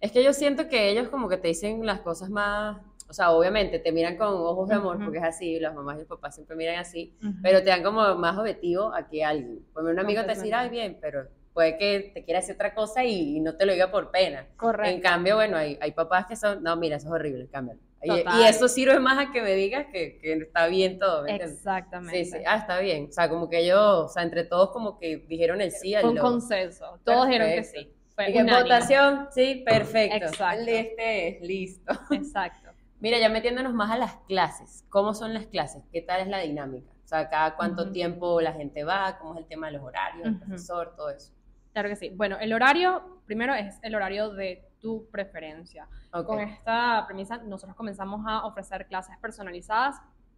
[SPEAKER 2] Es que yo siento que ellos como que te dicen las cosas más, o sea, obviamente te miran con ojos de amor
[SPEAKER 3] Ujú.
[SPEAKER 2] porque es así, las mamás y los papás siempre miran así, pero te dan como más objetivo a que alguien. Por un amigo te decir, ay, bien, pero puede que te quiera hacer otra cosa y, y no te lo diga por pena. En
[SPEAKER 3] Correcto.
[SPEAKER 2] cambio, bueno, hay, hay papás que son, no, mira, eso es horrible, cámbialo. Y,
[SPEAKER 3] Total.
[SPEAKER 2] y eso sirve más a que me digas que, que está bien todo, ¿me entiendes?
[SPEAKER 3] Exactamente.
[SPEAKER 2] Sí, sí, ah, está bien. O sea, como que ellos, o sea, entre todos como que dijeron el sí al
[SPEAKER 3] Fue un
[SPEAKER 2] no.
[SPEAKER 3] consenso. Todos dijeron que sí. Fue
[SPEAKER 2] Y que
[SPEAKER 3] unánime.
[SPEAKER 2] votación, sí, perfecto.
[SPEAKER 3] Exacto.
[SPEAKER 2] Este, listo.
[SPEAKER 3] Exacto.
[SPEAKER 2] Mira, ya metiéndonos más a las clases. ¿Cómo son las clases? ¿Qué tal es la dinámica? O sea, ¿cada cuánto
[SPEAKER 3] Ujú.
[SPEAKER 2] tiempo la gente va? ¿Cómo es el tema de los horarios, el
[SPEAKER 3] Ujú.
[SPEAKER 2] profesor, todo eso?
[SPEAKER 3] Claro que sí. Bueno, el horario, primero es el horario de tu preferencia.
[SPEAKER 2] Ok.
[SPEAKER 3] Con esta premisa, nosotros comenzamos a ofrecer clases personalizadas,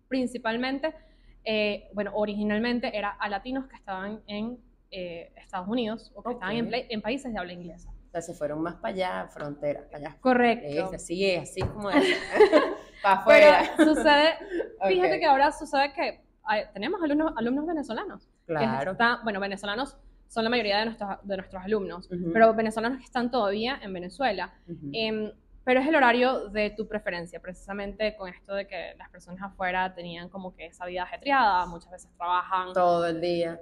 [SPEAKER 3] principalmente, eh, bueno, originalmente era a latinos que estaban en eh, Estados Unidos o que estaban en,
[SPEAKER 2] Ok.
[SPEAKER 3] pla- en países de habla inglesa.
[SPEAKER 2] O sea, se fueron más para allá, frontera, para allá.
[SPEAKER 3] Correcto.
[SPEAKER 2] Es, así es, así como es. para
[SPEAKER 3] Pero
[SPEAKER 2] afuera.
[SPEAKER 3] sucede, fíjate
[SPEAKER 2] Ok,
[SPEAKER 3] que ahora sucede que ay, tenemos alumnos, alumnos venezolanos. que
[SPEAKER 2] Claro.
[SPEAKER 3] están- bueno, venezolanos son la mayoría de nuestros, de nuestros alumnos,
[SPEAKER 2] Ujú.
[SPEAKER 3] pero venezolanos que están todavía en Venezuela.
[SPEAKER 2] Ujú.
[SPEAKER 3] Em, pero es el horario de tu preferencia, precisamente con esto de que las personas afuera tenían como que esa vida ajetreada, muchas veces trabajan todo,
[SPEAKER 2] Todo el día.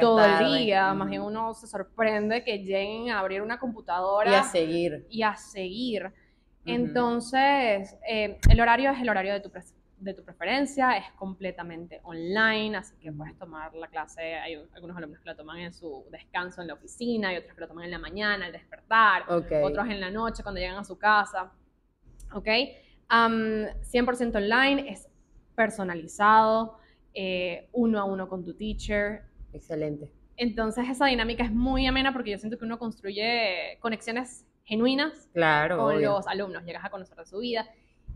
[SPEAKER 3] el
[SPEAKER 2] tarde.
[SPEAKER 3] día, más bien
[SPEAKER 2] Ujú.
[SPEAKER 3] uno se sorprende que lleguen a abrir una computadora
[SPEAKER 2] Y a seguir.
[SPEAKER 3] y a seguir.
[SPEAKER 2] Ujú.
[SPEAKER 3] Entonces, em, el horario es el horario de tu, pre- de tu preferencia, es completamente online, así que puedes tomar la clase, hay un- algunos alumnos que la toman en su descanso en la oficina y otros que la toman en la mañana, al despertar
[SPEAKER 2] Ok.
[SPEAKER 3] otros en la noche cuando llegan a su casa. ¿Ok? Am, 100% online, es personalizado, eh, uno a uno con tu teacher.
[SPEAKER 2] Excelente.
[SPEAKER 3] Entonces esa dinámica es muy amena porque yo siento que uno construye conexiones genuinas
[SPEAKER 2] Claro.
[SPEAKER 3] con
[SPEAKER 2] obvio.
[SPEAKER 3] los alumnos, llegas a conocer de su vida.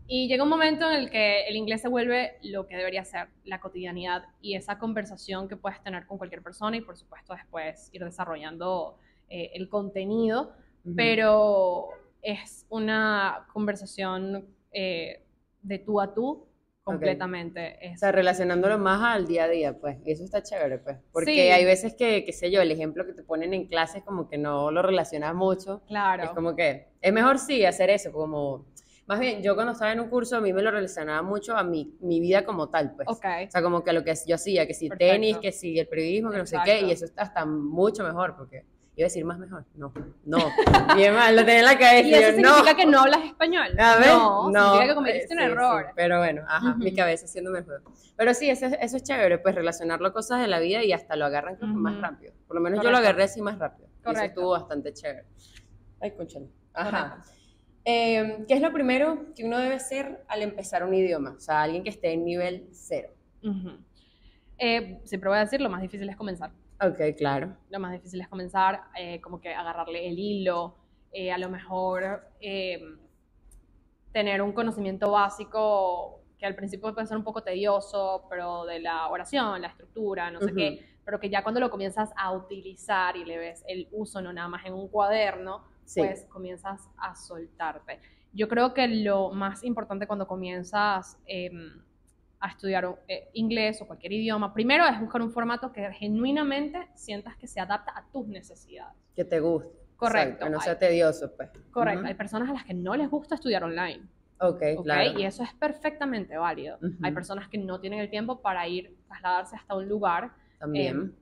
[SPEAKER 3] Y llega un momento en el que el inglés se vuelve lo que debería ser, la cotidianidad y esa conversación que puedes tener con cualquier persona y por supuesto después ir desarrollando eh, el contenido
[SPEAKER 2] Ujú.
[SPEAKER 3] pero es una conversación eh, de tú a tú completamente.
[SPEAKER 2] O
[SPEAKER 3] Es-
[SPEAKER 2] sea, relacionándolo más al día a día, pues. Y eso está chévere, pues. Porque
[SPEAKER 3] Sí.
[SPEAKER 2] hay veces que, qué sé yo, el ejemplo que te ponen en clases como que no lo relacionas mucho.
[SPEAKER 3] claro,
[SPEAKER 2] Es como que es mejor sí hacer eso, como... Más bien, yo cuando estaba en un curso a mí me lo relacionaba mucho a mi, mi vida como tal, pues.
[SPEAKER 3] ok,
[SPEAKER 2] O sea, como que lo que yo hacía, que si
[SPEAKER 3] Perfecto.
[SPEAKER 2] tenis, que si el periodismo, que no sé qué, y
[SPEAKER 3] Exacto.
[SPEAKER 2] eso está hasta mucho mejor, porque iba a decir más mejor, no, no, bien mal, lo tenía en la cabeza,
[SPEAKER 3] ¿Y eso
[SPEAKER 2] yo, no.
[SPEAKER 3] significa que no hablas español?
[SPEAKER 2] A ver,
[SPEAKER 3] no, significa que
[SPEAKER 2] no,
[SPEAKER 3] cometiste
[SPEAKER 2] eh,
[SPEAKER 3] un
[SPEAKER 2] sí, sí,
[SPEAKER 3] error.
[SPEAKER 2] pero bueno, ajá, mi
[SPEAKER 3] Ujú.
[SPEAKER 2] cabeza haciendo mejor. Pero sí, eso, es- eso es chévere, pues relacionarlo a cosas de la vida y hasta lo agarran creo que más
[SPEAKER 3] Ujú.
[SPEAKER 2] rápido. Por lo menos yo lo
[SPEAKER 3] Correcto.
[SPEAKER 2] agarré así más rápido. y eso
[SPEAKER 3] Correcto.
[SPEAKER 2] estuvo bastante chévere. Ay, cónchale. Ajá. Eh, ¿qué es lo primero que uno debe hacer al empezar un idioma? O sea, alguien que esté en nivel cero.
[SPEAKER 3] Ujú. Eh, siempre voy a decir, lo más difícil es comenzar.
[SPEAKER 2] Ok, claro.
[SPEAKER 3] Lo más difícil es comenzar, eh, como que agarrarle el hilo, eh, a lo mejor eh, tener un conocimiento básico que al principio puede ser un poco tedioso, pero de la oración, la estructura, no sé
[SPEAKER 2] Ujú.
[SPEAKER 3] qué, pero que ya cuando lo comienzas a utilizar y le ves el uso, no nada más en un cuaderno,
[SPEAKER 2] Sí.
[SPEAKER 3] pues comienzas a soltarte. Yo creo que lo más importante cuando comienzas em, a estudiar eh, inglés o cualquier idioma, primero es buscar un formato que genuinamente sientas que se adapta a tus necesidades.
[SPEAKER 2] Que te guste.
[SPEAKER 3] Correcto.
[SPEAKER 2] Exacto, que no
[SPEAKER 3] hay-
[SPEAKER 2] sea tedioso, pues.
[SPEAKER 3] correcto.
[SPEAKER 2] Ujú.
[SPEAKER 3] Hay personas a las que no les gusta estudiar online,
[SPEAKER 2] Ok,
[SPEAKER 3] ¿ok?
[SPEAKER 2] claro.
[SPEAKER 3] Y eso es perfectamente válido.
[SPEAKER 2] Ujú.
[SPEAKER 3] Hay personas que no tienen el tiempo para ir, trasladarse hasta un lugar
[SPEAKER 2] También.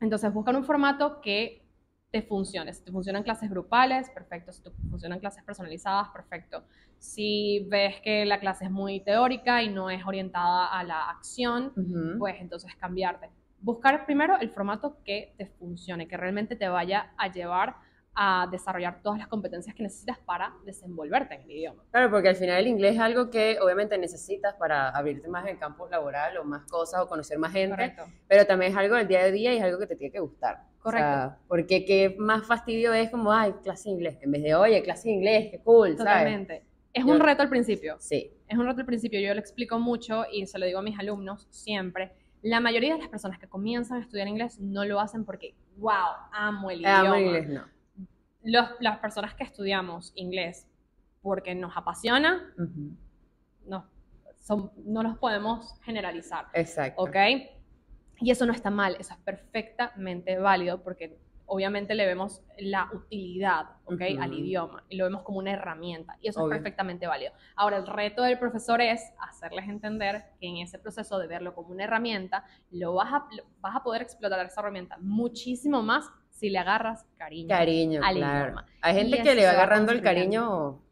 [SPEAKER 3] entonces, buscar un formato que te funcione. Si te funcionan clases grupales, perfecto. Si te funcionan clases personalizadas, perfecto. Si ves que la clase es muy teórica y no es orientada a la acción,
[SPEAKER 2] Ujú.
[SPEAKER 3] pues entonces cambiarte. Buscar primero el formato que te funcione, que realmente te vaya a llevar a desarrollar todas las competencias que necesitas para desenvolverte en el idioma.
[SPEAKER 2] Claro, porque al final el inglés es algo que obviamente necesitas para abrirte más en el campo laboral o más cosas o conocer más gente,
[SPEAKER 3] Correcto.
[SPEAKER 2] pero también es algo del día a día y es algo que te tiene que gustar. O
[SPEAKER 3] Correcto.
[SPEAKER 2] sea, porque qué más fastidio es como, ay, clase de inglés, en vez de, oye, clase de inglés, qué cool, ¿sabes?
[SPEAKER 3] Totalmente. Es un
[SPEAKER 2] Yo-
[SPEAKER 3] reto al principio.
[SPEAKER 2] Sí,
[SPEAKER 3] es un reto al principio, yo lo explico mucho y se lo digo a mis alumnos siempre. La mayoría de las personas que comienzan a estudiar inglés no lo hacen porque, wow, amo el
[SPEAKER 2] amo
[SPEAKER 3] idioma.
[SPEAKER 2] el inglés no.
[SPEAKER 3] Los- las personas que estudiamos inglés porque nos apasiona,
[SPEAKER 2] Ujú.
[SPEAKER 3] nos, son, no los podemos generalizar.
[SPEAKER 2] Exacto.
[SPEAKER 3] ¿Ok? Y eso no está mal, eso es perfectamente válido porque obviamente le vemos la utilidad, ¿ok?
[SPEAKER 2] Ujú.
[SPEAKER 3] Al idioma y lo vemos como una herramienta y eso
[SPEAKER 2] Obvio.
[SPEAKER 3] es perfectamente válido. Ahora, el reto del profesor es hacerles entender que en ese proceso de verlo como una herramienta, lo vas a, lo- vas a poder explotar esa herramienta muchísimo más si le agarras cariño.
[SPEAKER 2] Cariño,
[SPEAKER 3] al
[SPEAKER 2] claro.
[SPEAKER 3] idioma.
[SPEAKER 2] Hay
[SPEAKER 3] Y
[SPEAKER 2] gente
[SPEAKER 3] eso
[SPEAKER 2] que le va
[SPEAKER 3] se va
[SPEAKER 2] agarrando el
[SPEAKER 3] construyendo.
[SPEAKER 2] cariño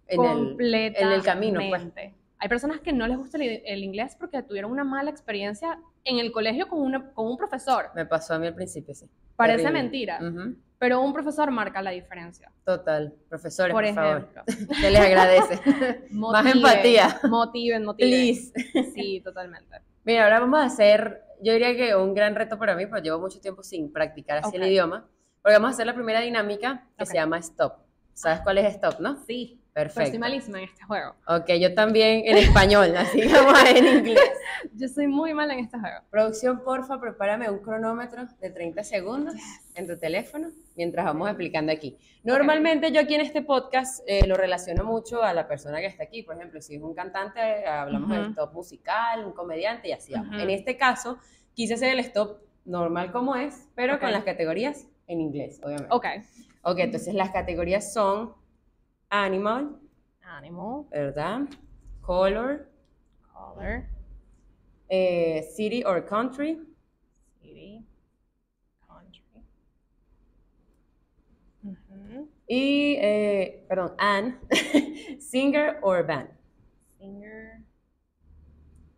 [SPEAKER 2] en el, en el camino, pues.
[SPEAKER 3] Completamente. Hay personas que no les gusta el, el inglés porque tuvieron una mala experiencia en el colegio con, una- con un profesor.
[SPEAKER 2] Me pasó a mí al principio, sí.
[SPEAKER 3] Parece
[SPEAKER 2] Terrible.
[SPEAKER 3] mentira,
[SPEAKER 2] Ujú,
[SPEAKER 3] pero un profesor marca la diferencia.
[SPEAKER 2] Total. Profesores,
[SPEAKER 3] Por
[SPEAKER 2] por, favor,
[SPEAKER 3] ejemplo,
[SPEAKER 2] se les agradece.
[SPEAKER 3] motiven,
[SPEAKER 2] empatía.
[SPEAKER 3] Motiven, motiven.
[SPEAKER 2] Please.
[SPEAKER 3] Sí, totalmente.
[SPEAKER 2] Mira, ahora vamos a hacer, yo diría que un gran reto para mí, pues llevo mucho tiempo sin practicar así
[SPEAKER 3] Ok.
[SPEAKER 2] el idioma, porque vamos a hacer la primera dinámica que
[SPEAKER 3] Ok. Pues,
[SPEAKER 2] se llama stop. ¿Sabes cuál es stop, no?
[SPEAKER 3] Sí, pero soy
[SPEAKER 2] Perfecto.
[SPEAKER 3] malísima en este juego.
[SPEAKER 2] Ok, yo también en español, así que vamos a ver en inglés.
[SPEAKER 3] Yo soy muy mala en este juego.
[SPEAKER 2] Producción, porfa, prepárame un cronómetro de 30 segundos en tu teléfono mientras vamos explicando aquí. Normalmente yo aquí en este podcast eh, lo relaciono mucho a la persona que está aquí. Por ejemplo, si es un cantante, eh, hablamos
[SPEAKER 3] Ujú.
[SPEAKER 2] del stop musical, un comediante y así vamos.
[SPEAKER 3] Ujú.
[SPEAKER 2] En este caso, quise hacer el stop normal como es, pero
[SPEAKER 3] Ok.
[SPEAKER 2] con las categorías en inglés, obviamente.
[SPEAKER 3] Ok.
[SPEAKER 2] ok, entonces las categorías son animal,
[SPEAKER 3] Animal,
[SPEAKER 2] ¿verdad? Color,
[SPEAKER 3] color,
[SPEAKER 2] eh, city or country,
[SPEAKER 3] city, country. Ujú.
[SPEAKER 2] Y, eh, perdón, and, singer or band.
[SPEAKER 3] singer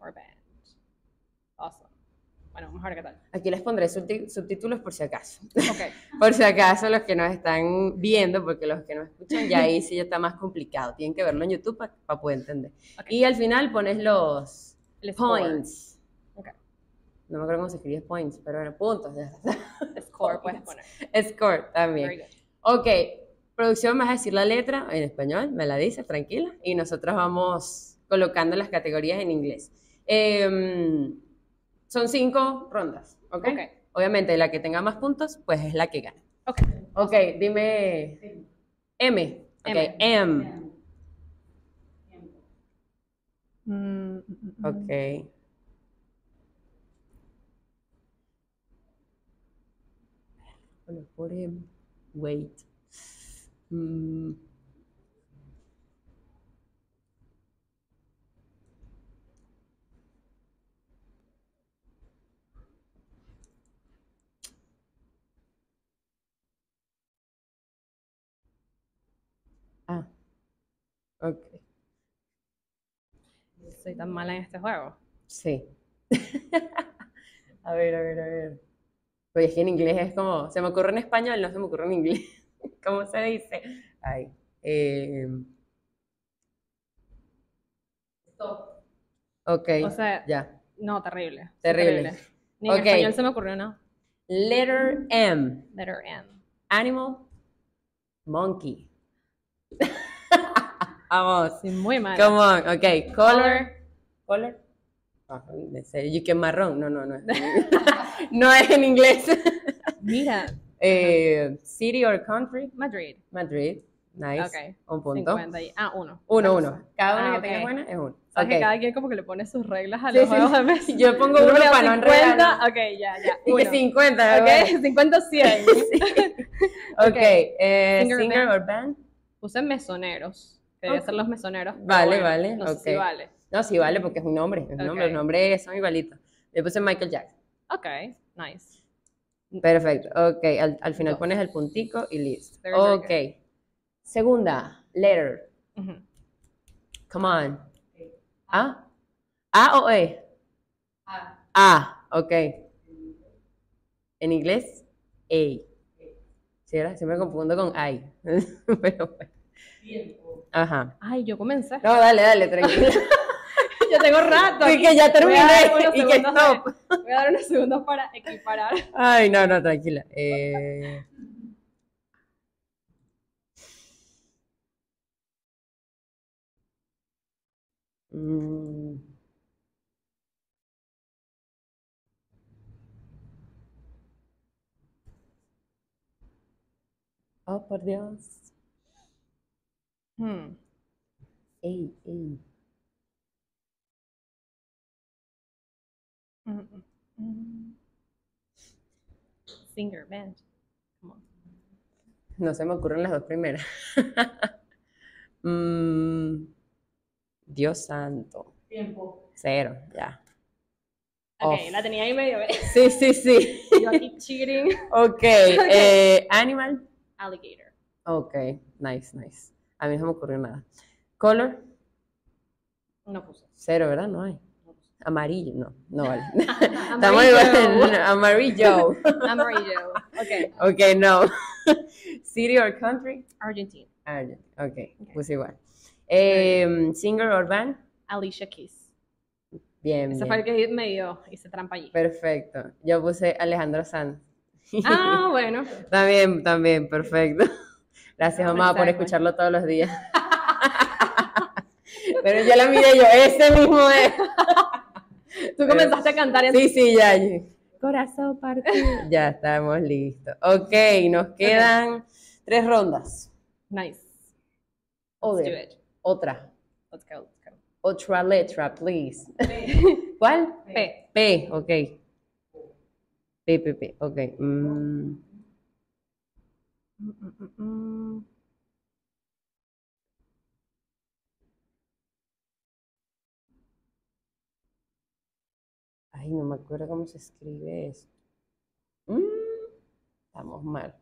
[SPEAKER 3] or band. Awesome. Bueno, vamos a ver qué tal.
[SPEAKER 2] Aquí les pondré subti- subtítulos por si acaso.
[SPEAKER 3] Ok.
[SPEAKER 2] Por si acaso los que nos están viendo, porque los que nos escuchan ya ahí sí ya está más complicado. Tienen que verlo en YouTube para poder entender.
[SPEAKER 3] Ok.
[SPEAKER 2] Y al final pones los
[SPEAKER 3] El score.
[SPEAKER 2] points.
[SPEAKER 3] Ok.
[SPEAKER 2] No me acuerdo cómo se escribe points, pero bueno, puntos. ya está.
[SPEAKER 3] Score puedes poner.
[SPEAKER 2] Score
[SPEAKER 3] Very
[SPEAKER 2] también.
[SPEAKER 3] good.
[SPEAKER 2] Ok, producción, me vas a decir la letra en español, me la dices, tranquila, y nosotros vamos colocando las categorías en inglés. Em, son cinco rondas, ¿ok?
[SPEAKER 3] Ok.
[SPEAKER 2] Obviamente, la que tenga más puntos, pues es la que gana.
[SPEAKER 3] Ok.
[SPEAKER 2] Ok, dime M. Ok,
[SPEAKER 3] M.
[SPEAKER 2] M.
[SPEAKER 3] Mm, mm, mm.
[SPEAKER 2] Ok. Bueno, por M. Wait. Mm. Ah, ok,
[SPEAKER 3] Soy tan mala en este juego.
[SPEAKER 2] sí. A ver, a ver, a ver. Oye, es que en inglés es como, se me ocurre en español, no se me ocurre en inglés. ¿Cómo se dice? Ay, eh, ok,
[SPEAKER 3] O sea,
[SPEAKER 2] ya.
[SPEAKER 3] no, terrible. Soy
[SPEAKER 2] Terrible.
[SPEAKER 3] Ni en
[SPEAKER 2] Ok.
[SPEAKER 3] español se me ocurrió, ¿no?
[SPEAKER 2] Letter M,
[SPEAKER 3] Letter N.
[SPEAKER 2] animal, monkey. Vamos.
[SPEAKER 3] Soy muy mala.
[SPEAKER 2] Come on, ok. Color. Color. Ah, en serio, y que marrón. No, no, no. es- no es en inglés.
[SPEAKER 3] Mira,
[SPEAKER 2] Eh, city or country.
[SPEAKER 3] Madrid.
[SPEAKER 2] Madrid. Nice.
[SPEAKER 3] Ok,
[SPEAKER 2] Un punto.
[SPEAKER 3] 50 y- ah, uno.
[SPEAKER 2] Uno, uno. Cada uno
[SPEAKER 3] Ah,
[SPEAKER 2] que tenga
[SPEAKER 3] ok.
[SPEAKER 2] buena es uno.
[SPEAKER 3] Sabes que
[SPEAKER 2] Ok.
[SPEAKER 3] cada quien como que le pone sus reglas a
[SPEAKER 2] Sí,
[SPEAKER 3] los
[SPEAKER 2] sí.
[SPEAKER 3] juegos de mesa.
[SPEAKER 2] Yo pongo
[SPEAKER 3] Yo
[SPEAKER 2] uno
[SPEAKER 3] creo
[SPEAKER 2] para no
[SPEAKER 3] 50,
[SPEAKER 2] enredarnos.
[SPEAKER 3] Ok, ya, ya.
[SPEAKER 2] Y que
[SPEAKER 3] uno.
[SPEAKER 2] 50. bueno.
[SPEAKER 3] Ok, 50 100.
[SPEAKER 2] Ok.
[SPEAKER 3] Ok.
[SPEAKER 2] eh,
[SPEAKER 3] Singer or
[SPEAKER 2] singer
[SPEAKER 3] band.
[SPEAKER 2] or band.
[SPEAKER 3] Puse mesoneros. Quería
[SPEAKER 2] Ok.
[SPEAKER 3] ser los mesoneros. pero
[SPEAKER 2] Vale,
[SPEAKER 3] bueno,
[SPEAKER 2] vale,
[SPEAKER 3] No sé si
[SPEAKER 2] ok.
[SPEAKER 3] vale.
[SPEAKER 2] No, sí, vale, porque es un nombre. Es un nombre.
[SPEAKER 3] Ok.
[SPEAKER 2] Los nombres son igualitos. Le puse Michael Jackson.
[SPEAKER 3] Ok, nice.
[SPEAKER 2] Perfecto, ok. Al, al final
[SPEAKER 3] Dos.
[SPEAKER 2] pones el puntico y listo.
[SPEAKER 3] Very, very
[SPEAKER 2] ok. Segunda, letter.
[SPEAKER 3] Ujú.
[SPEAKER 2] Come on. ¿A? ¿A o E? A. A, ok. En inglés, A. Sí, ¿verdad? Siempre confundo con I. Pero bueno. Ajá.
[SPEAKER 3] Ay, yo comencé.
[SPEAKER 2] No, dale, dale, tranquila.
[SPEAKER 3] Yo tengo rato.
[SPEAKER 2] Sí,
[SPEAKER 3] aquí.
[SPEAKER 2] que ya
[SPEAKER 3] Voy a dar
[SPEAKER 2] terminé
[SPEAKER 3] unos
[SPEAKER 2] y que pues.
[SPEAKER 3] segundos de-
[SPEAKER 2] stop.
[SPEAKER 3] Voy a dar unos segundos para equiparar.
[SPEAKER 2] Ay, no, no, tranquila. Eh, mm, Oh, por Dios.
[SPEAKER 3] Hmm,
[SPEAKER 2] Ey, ey.
[SPEAKER 3] Singer, band. Come on.
[SPEAKER 2] No se me ocurren las dos primeras. Mm, Dios santo.
[SPEAKER 4] Tiempo.
[SPEAKER 2] Cero, ya.
[SPEAKER 3] Ok,
[SPEAKER 2] Off.
[SPEAKER 3] la tenía ahí medio. ¿eh?
[SPEAKER 2] Sí, sí, sí.
[SPEAKER 3] Yo aquí cheating.
[SPEAKER 2] Ok. eh, animal.
[SPEAKER 3] Alligator.
[SPEAKER 2] Ok, nice, nice. A mí no se me ocurrió nada. Color,
[SPEAKER 3] No puse.
[SPEAKER 2] cero, ¿verdad? No hay. Amarillo, no, no vale. Estamos igual.
[SPEAKER 3] Amarillo.
[SPEAKER 2] Amarillo.
[SPEAKER 3] Amarillo. Ok.
[SPEAKER 2] Ok, no. City or country?
[SPEAKER 3] Argentina.
[SPEAKER 2] Ireland. Ok, puse igual. Eh, singer or band?
[SPEAKER 3] Alicia Keys.
[SPEAKER 2] Bien,
[SPEAKER 3] Ese
[SPEAKER 2] bien.
[SPEAKER 3] fue el que me dio. Hice trampa allí.
[SPEAKER 2] Perfecto. Yo puse Alejandro Sanz.
[SPEAKER 3] Ah, bueno.
[SPEAKER 2] También, también, perfecto. Gracias, mamá, por
[SPEAKER 3] Ah, Exacto.
[SPEAKER 2] escucharlo todos los días. Pero yo la miré yo, ese mismo es.
[SPEAKER 3] Tú comenzaste a cantar en
[SPEAKER 2] Sí, sí, ya. yo- Corazón partido. Ya estamos listos. Ok, nos quedan tres rondas.
[SPEAKER 3] Nice. Let's do
[SPEAKER 2] Joder,
[SPEAKER 3] it.
[SPEAKER 2] otra.
[SPEAKER 3] Let's go, let's go.
[SPEAKER 2] Otra letra, please. ¿Cuál?
[SPEAKER 3] P.
[SPEAKER 2] P, ok. P, P, P, ok. Mm,
[SPEAKER 3] Mm, mm, mm, mm.
[SPEAKER 2] Ay, no me acuerdo cómo se escribe eso. Mm, estamos mal.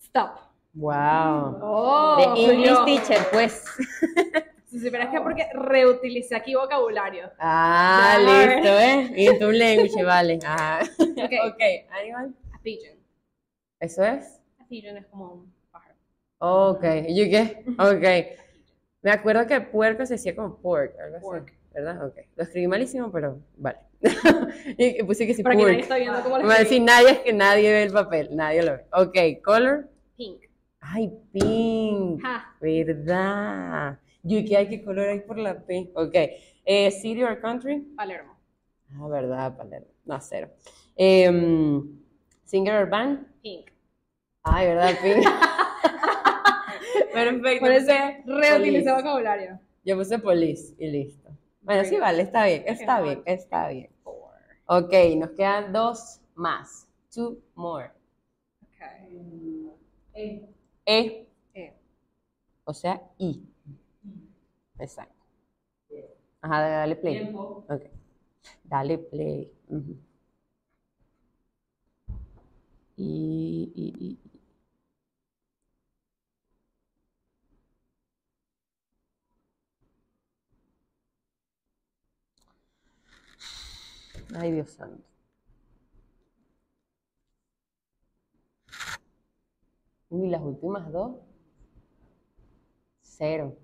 [SPEAKER 3] Stop.
[SPEAKER 2] Wow.
[SPEAKER 3] Oh,
[SPEAKER 2] De English
[SPEAKER 3] señor.
[SPEAKER 2] teacher, pues.
[SPEAKER 3] Si supieras que es porque reutilicé aquí vocabulario.
[SPEAKER 2] Ah,
[SPEAKER 3] Darn.
[SPEAKER 2] listo, ¿eh? In tu language, vale. Ajá.
[SPEAKER 3] Ok.
[SPEAKER 2] Ok, animal.
[SPEAKER 3] A pigeon.
[SPEAKER 2] ¿Eso es?
[SPEAKER 3] A pigeon es como un pájaro.
[SPEAKER 2] Ok, ¿y qué? Ok. Me acuerdo que puerco se decía como pork, algo así,
[SPEAKER 3] Pork.
[SPEAKER 2] ¿verdad? Ok. Lo escribí malísimo, pero vale. Y que puse que sí,
[SPEAKER 3] Pero aquí nadie
[SPEAKER 2] pork.
[SPEAKER 3] está viendo cómo lo
[SPEAKER 2] Me
[SPEAKER 3] escribí.
[SPEAKER 2] decía, nadie es que nadie ve el papel, nadie lo ve. Ok, color.
[SPEAKER 3] Pink.
[SPEAKER 2] Ay, pink.
[SPEAKER 3] Ja.
[SPEAKER 2] ¿Verdad? ¿Y qué hay que color hay por la P? Ok. Eh, city or country?
[SPEAKER 3] Palermo.
[SPEAKER 2] Ah, verdad, Palermo. No, cero. Em, singer or band?
[SPEAKER 3] Pink.
[SPEAKER 2] Ay, ¿verdad, pink? Perfecto. pues,
[SPEAKER 3] Por
[SPEAKER 2] yo
[SPEAKER 3] eso
[SPEAKER 2] puse
[SPEAKER 3] reutilicé
[SPEAKER 2] police.
[SPEAKER 3] vocabulario.
[SPEAKER 2] Yo puse police y listo. Bueno, sí,
[SPEAKER 3] Great.
[SPEAKER 2] vale, está bien, está
[SPEAKER 3] no,
[SPEAKER 2] bien, está bien.
[SPEAKER 3] Four.
[SPEAKER 2] Ok, nos quedan dos más. Two more.
[SPEAKER 3] Okay.
[SPEAKER 4] E.
[SPEAKER 2] E,
[SPEAKER 3] Eh,
[SPEAKER 2] o sea, I. Exacto. Ajá, dale play.
[SPEAKER 4] Tiempo.
[SPEAKER 2] Ok. Dale play. Ujú. Y, y, y- Ay, Dios santo. Y las últimas dos. Cero.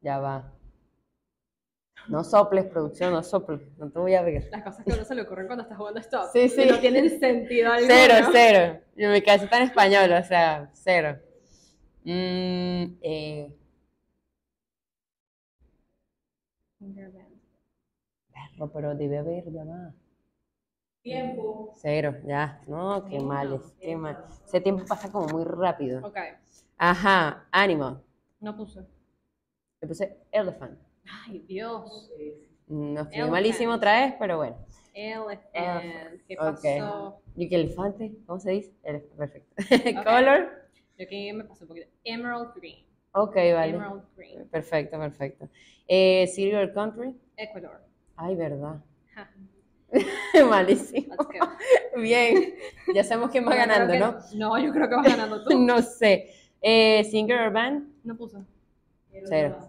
[SPEAKER 2] Ya va. No soples, producción, no soples. No te voy a ver.
[SPEAKER 3] Las cosas que a uno se le ocurren cuando estás jugando stop.
[SPEAKER 2] Sí, sí.
[SPEAKER 3] No tienen sentido alguno.
[SPEAKER 2] Cero, cero. Yo me quedé tan español, o sea, cero. Mm, eh,
[SPEAKER 3] Fingerman.
[SPEAKER 2] perro, pero debe haber ya va.
[SPEAKER 4] Tiempo.
[SPEAKER 2] Cero, ya. No, qué mal, es, qué mal. Ese tiempo pasa como muy rápido.
[SPEAKER 3] Ok.
[SPEAKER 2] Ajá, animal.
[SPEAKER 3] No puse.
[SPEAKER 2] Le puse elephant.
[SPEAKER 3] Ay, Dios.
[SPEAKER 2] No escribí
[SPEAKER 3] Elephant.
[SPEAKER 2] malísimo otra vez, pero bueno.
[SPEAKER 3] Elephant. ¿Qué
[SPEAKER 2] Ok.
[SPEAKER 3] pasó?
[SPEAKER 2] ¿Y qué elefante? ¿Cómo se dice? Elef- Perfecto. Color.
[SPEAKER 3] Yo aquí me pasé un poquito. Emerald green.
[SPEAKER 2] Ok, vale.
[SPEAKER 3] Emerald green.
[SPEAKER 2] Perfecto, perfecto. Eh, city or country.
[SPEAKER 3] Ecuador.
[SPEAKER 2] Ay, verdad.
[SPEAKER 3] Ja.
[SPEAKER 2] Malísimo.
[SPEAKER 3] Let's go.
[SPEAKER 2] Bien, ya sabemos quién va
[SPEAKER 3] Yo creo
[SPEAKER 2] ganando,
[SPEAKER 3] que-
[SPEAKER 2] ¿no?
[SPEAKER 3] No, yo creo que vas ganando tú.
[SPEAKER 2] No sé. Eh, Singer Urban,
[SPEAKER 3] No puso.
[SPEAKER 2] cero.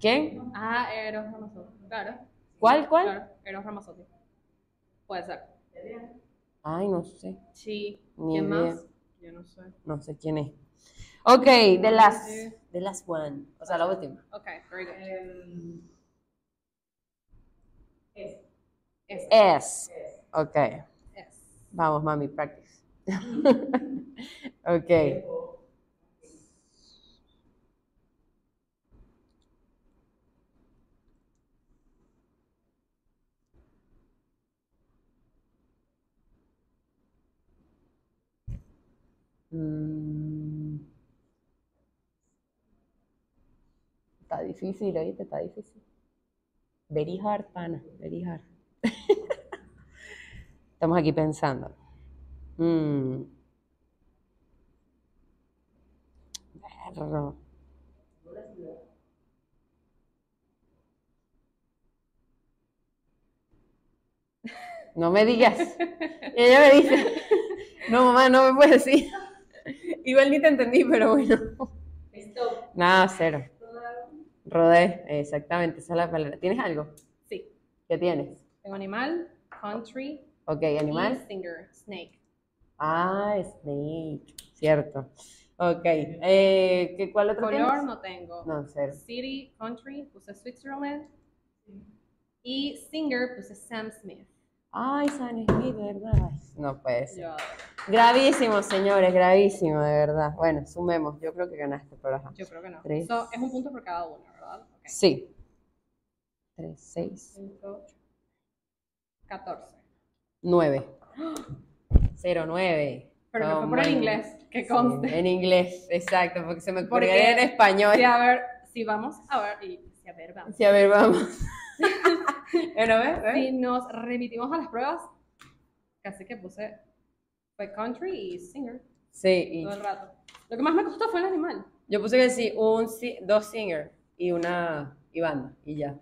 [SPEAKER 2] ¿Quién?
[SPEAKER 3] Ah, Eros Ramazzotti. Claro.
[SPEAKER 2] ¿Cuál, cuál?
[SPEAKER 3] Claro, Eros Ramazzotti. Puede ser.
[SPEAKER 2] Ay, no sé,
[SPEAKER 3] Sí.
[SPEAKER 2] Ni
[SPEAKER 3] ¿Quién
[SPEAKER 2] idea.
[SPEAKER 3] más? Yo no sé.
[SPEAKER 2] no sé quién es. Ok, The Last,
[SPEAKER 3] Eh.
[SPEAKER 2] The Last One, o sea, la última.
[SPEAKER 3] Ok, very good.
[SPEAKER 4] Em, es.
[SPEAKER 3] Esa.
[SPEAKER 2] S. Ok,
[SPEAKER 3] Esa.
[SPEAKER 2] vamos, mami, practice. Ok,
[SPEAKER 4] Tiempo.
[SPEAKER 2] Mm, difícil, oíste, está difícil. Very hard, pana, very hard. Estamos aquí pensando. Mm. Berro. No me digas. Y ella me dice, no, mamá, no me puedes decir. Igual ni te entendí, pero bueno.
[SPEAKER 5] Stop.
[SPEAKER 2] Nada, cero. Rodé, exactamente, esa es la palabra. ¿Tienes algo?
[SPEAKER 3] Sí.
[SPEAKER 2] ¿Qué tienes?
[SPEAKER 3] Tengo animal, country,
[SPEAKER 2] Ok, animal.
[SPEAKER 3] y singer, snake.
[SPEAKER 2] Ah, snake, cierto. Ok, eh, ¿qué, ¿cuál otro
[SPEAKER 3] Color
[SPEAKER 2] tienes?
[SPEAKER 3] no tengo.
[SPEAKER 2] No, cero.
[SPEAKER 3] City, country, puse Switzerland. Y singer, puse Sam Smith.
[SPEAKER 2] Ay, San Smith, ¿verdad? Ay, No puede ser.
[SPEAKER 3] Yo,
[SPEAKER 2] Gravísimo, señores, gravísimo, de verdad. Bueno, sumemos, yo creo que ganaste, pero ajá.
[SPEAKER 3] yo creo que no.
[SPEAKER 2] Tres.
[SPEAKER 3] So, es un punto por cada uno, ¿verdad? Ok.
[SPEAKER 2] Sí. Tres, seis,
[SPEAKER 3] 14.
[SPEAKER 2] nueve. Cero, nueve.
[SPEAKER 3] Pero
[SPEAKER 2] No
[SPEAKER 3] que fue por el
[SPEAKER 2] manches.
[SPEAKER 3] inglés, que
[SPEAKER 2] Ah, Sí,
[SPEAKER 3] conste.
[SPEAKER 2] en inglés, exacto, porque se me ocurrió
[SPEAKER 3] Porque-
[SPEAKER 2] en español.
[SPEAKER 3] Sí, a ver, si vamos a ver, y si a ver, vamos.
[SPEAKER 2] Sí, a ver, vamos. bueno, ¿ves? ¿Ves?
[SPEAKER 3] Si nos remitimos a las pruebas, casi que puse fue country y singer
[SPEAKER 2] Sí, y
[SPEAKER 3] todo el rato. Lo que más me costó fue el animal.
[SPEAKER 2] yo puse que sí, un, si- dos singer y una y banda, y ya.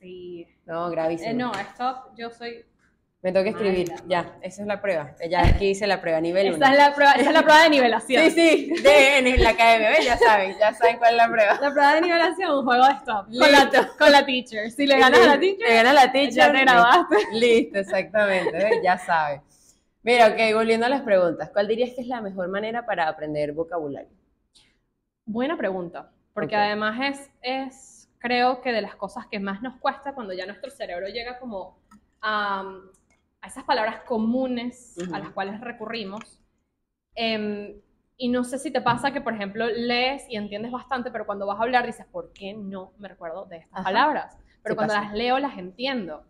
[SPEAKER 3] Sí.
[SPEAKER 2] No,
[SPEAKER 3] Eh,
[SPEAKER 2] gravísimo.
[SPEAKER 3] no, stop, yo soy.
[SPEAKER 2] Me tengo que escribir,
[SPEAKER 3] Mala.
[SPEAKER 2] ya, esa es la prueba. Eh, Ya aquí hice la prueba, nivel 1.
[SPEAKER 3] Esta es, la prueba, esta es la prueba de nivelación.
[SPEAKER 2] Sí, sí, de en la academia, ¿ves? ya saben, ya saben cuál es la prueba.
[SPEAKER 3] La prueba de nivelación, un juego de stop. Con la, con la teacher. Si le ganas a la teacher,
[SPEAKER 2] Le ganas a la teacher.
[SPEAKER 3] ya te grabaste.
[SPEAKER 2] Listo, exactamente, ¿ves? ya saben. Mira, ok, volviendo a las preguntas, ¿cuál dirías que es la mejor manera para aprender vocabulario?
[SPEAKER 3] Buena pregunta, porque
[SPEAKER 2] Ok.
[SPEAKER 3] además es, es, creo que de las cosas que más nos cuesta cuando ya nuestro cerebro llega como a, a esas palabras comunes
[SPEAKER 2] Ujú.
[SPEAKER 3] a las cuales recurrimos. Em, y no sé si te pasa que, por ejemplo, lees y entiendes bastante, pero cuando vas a hablar dices, ¿por qué no me recuerdo de estas
[SPEAKER 2] Ajá.
[SPEAKER 3] palabras? Pero
[SPEAKER 2] Sí
[SPEAKER 3] cuando
[SPEAKER 2] pasa.
[SPEAKER 3] las leo las entiendo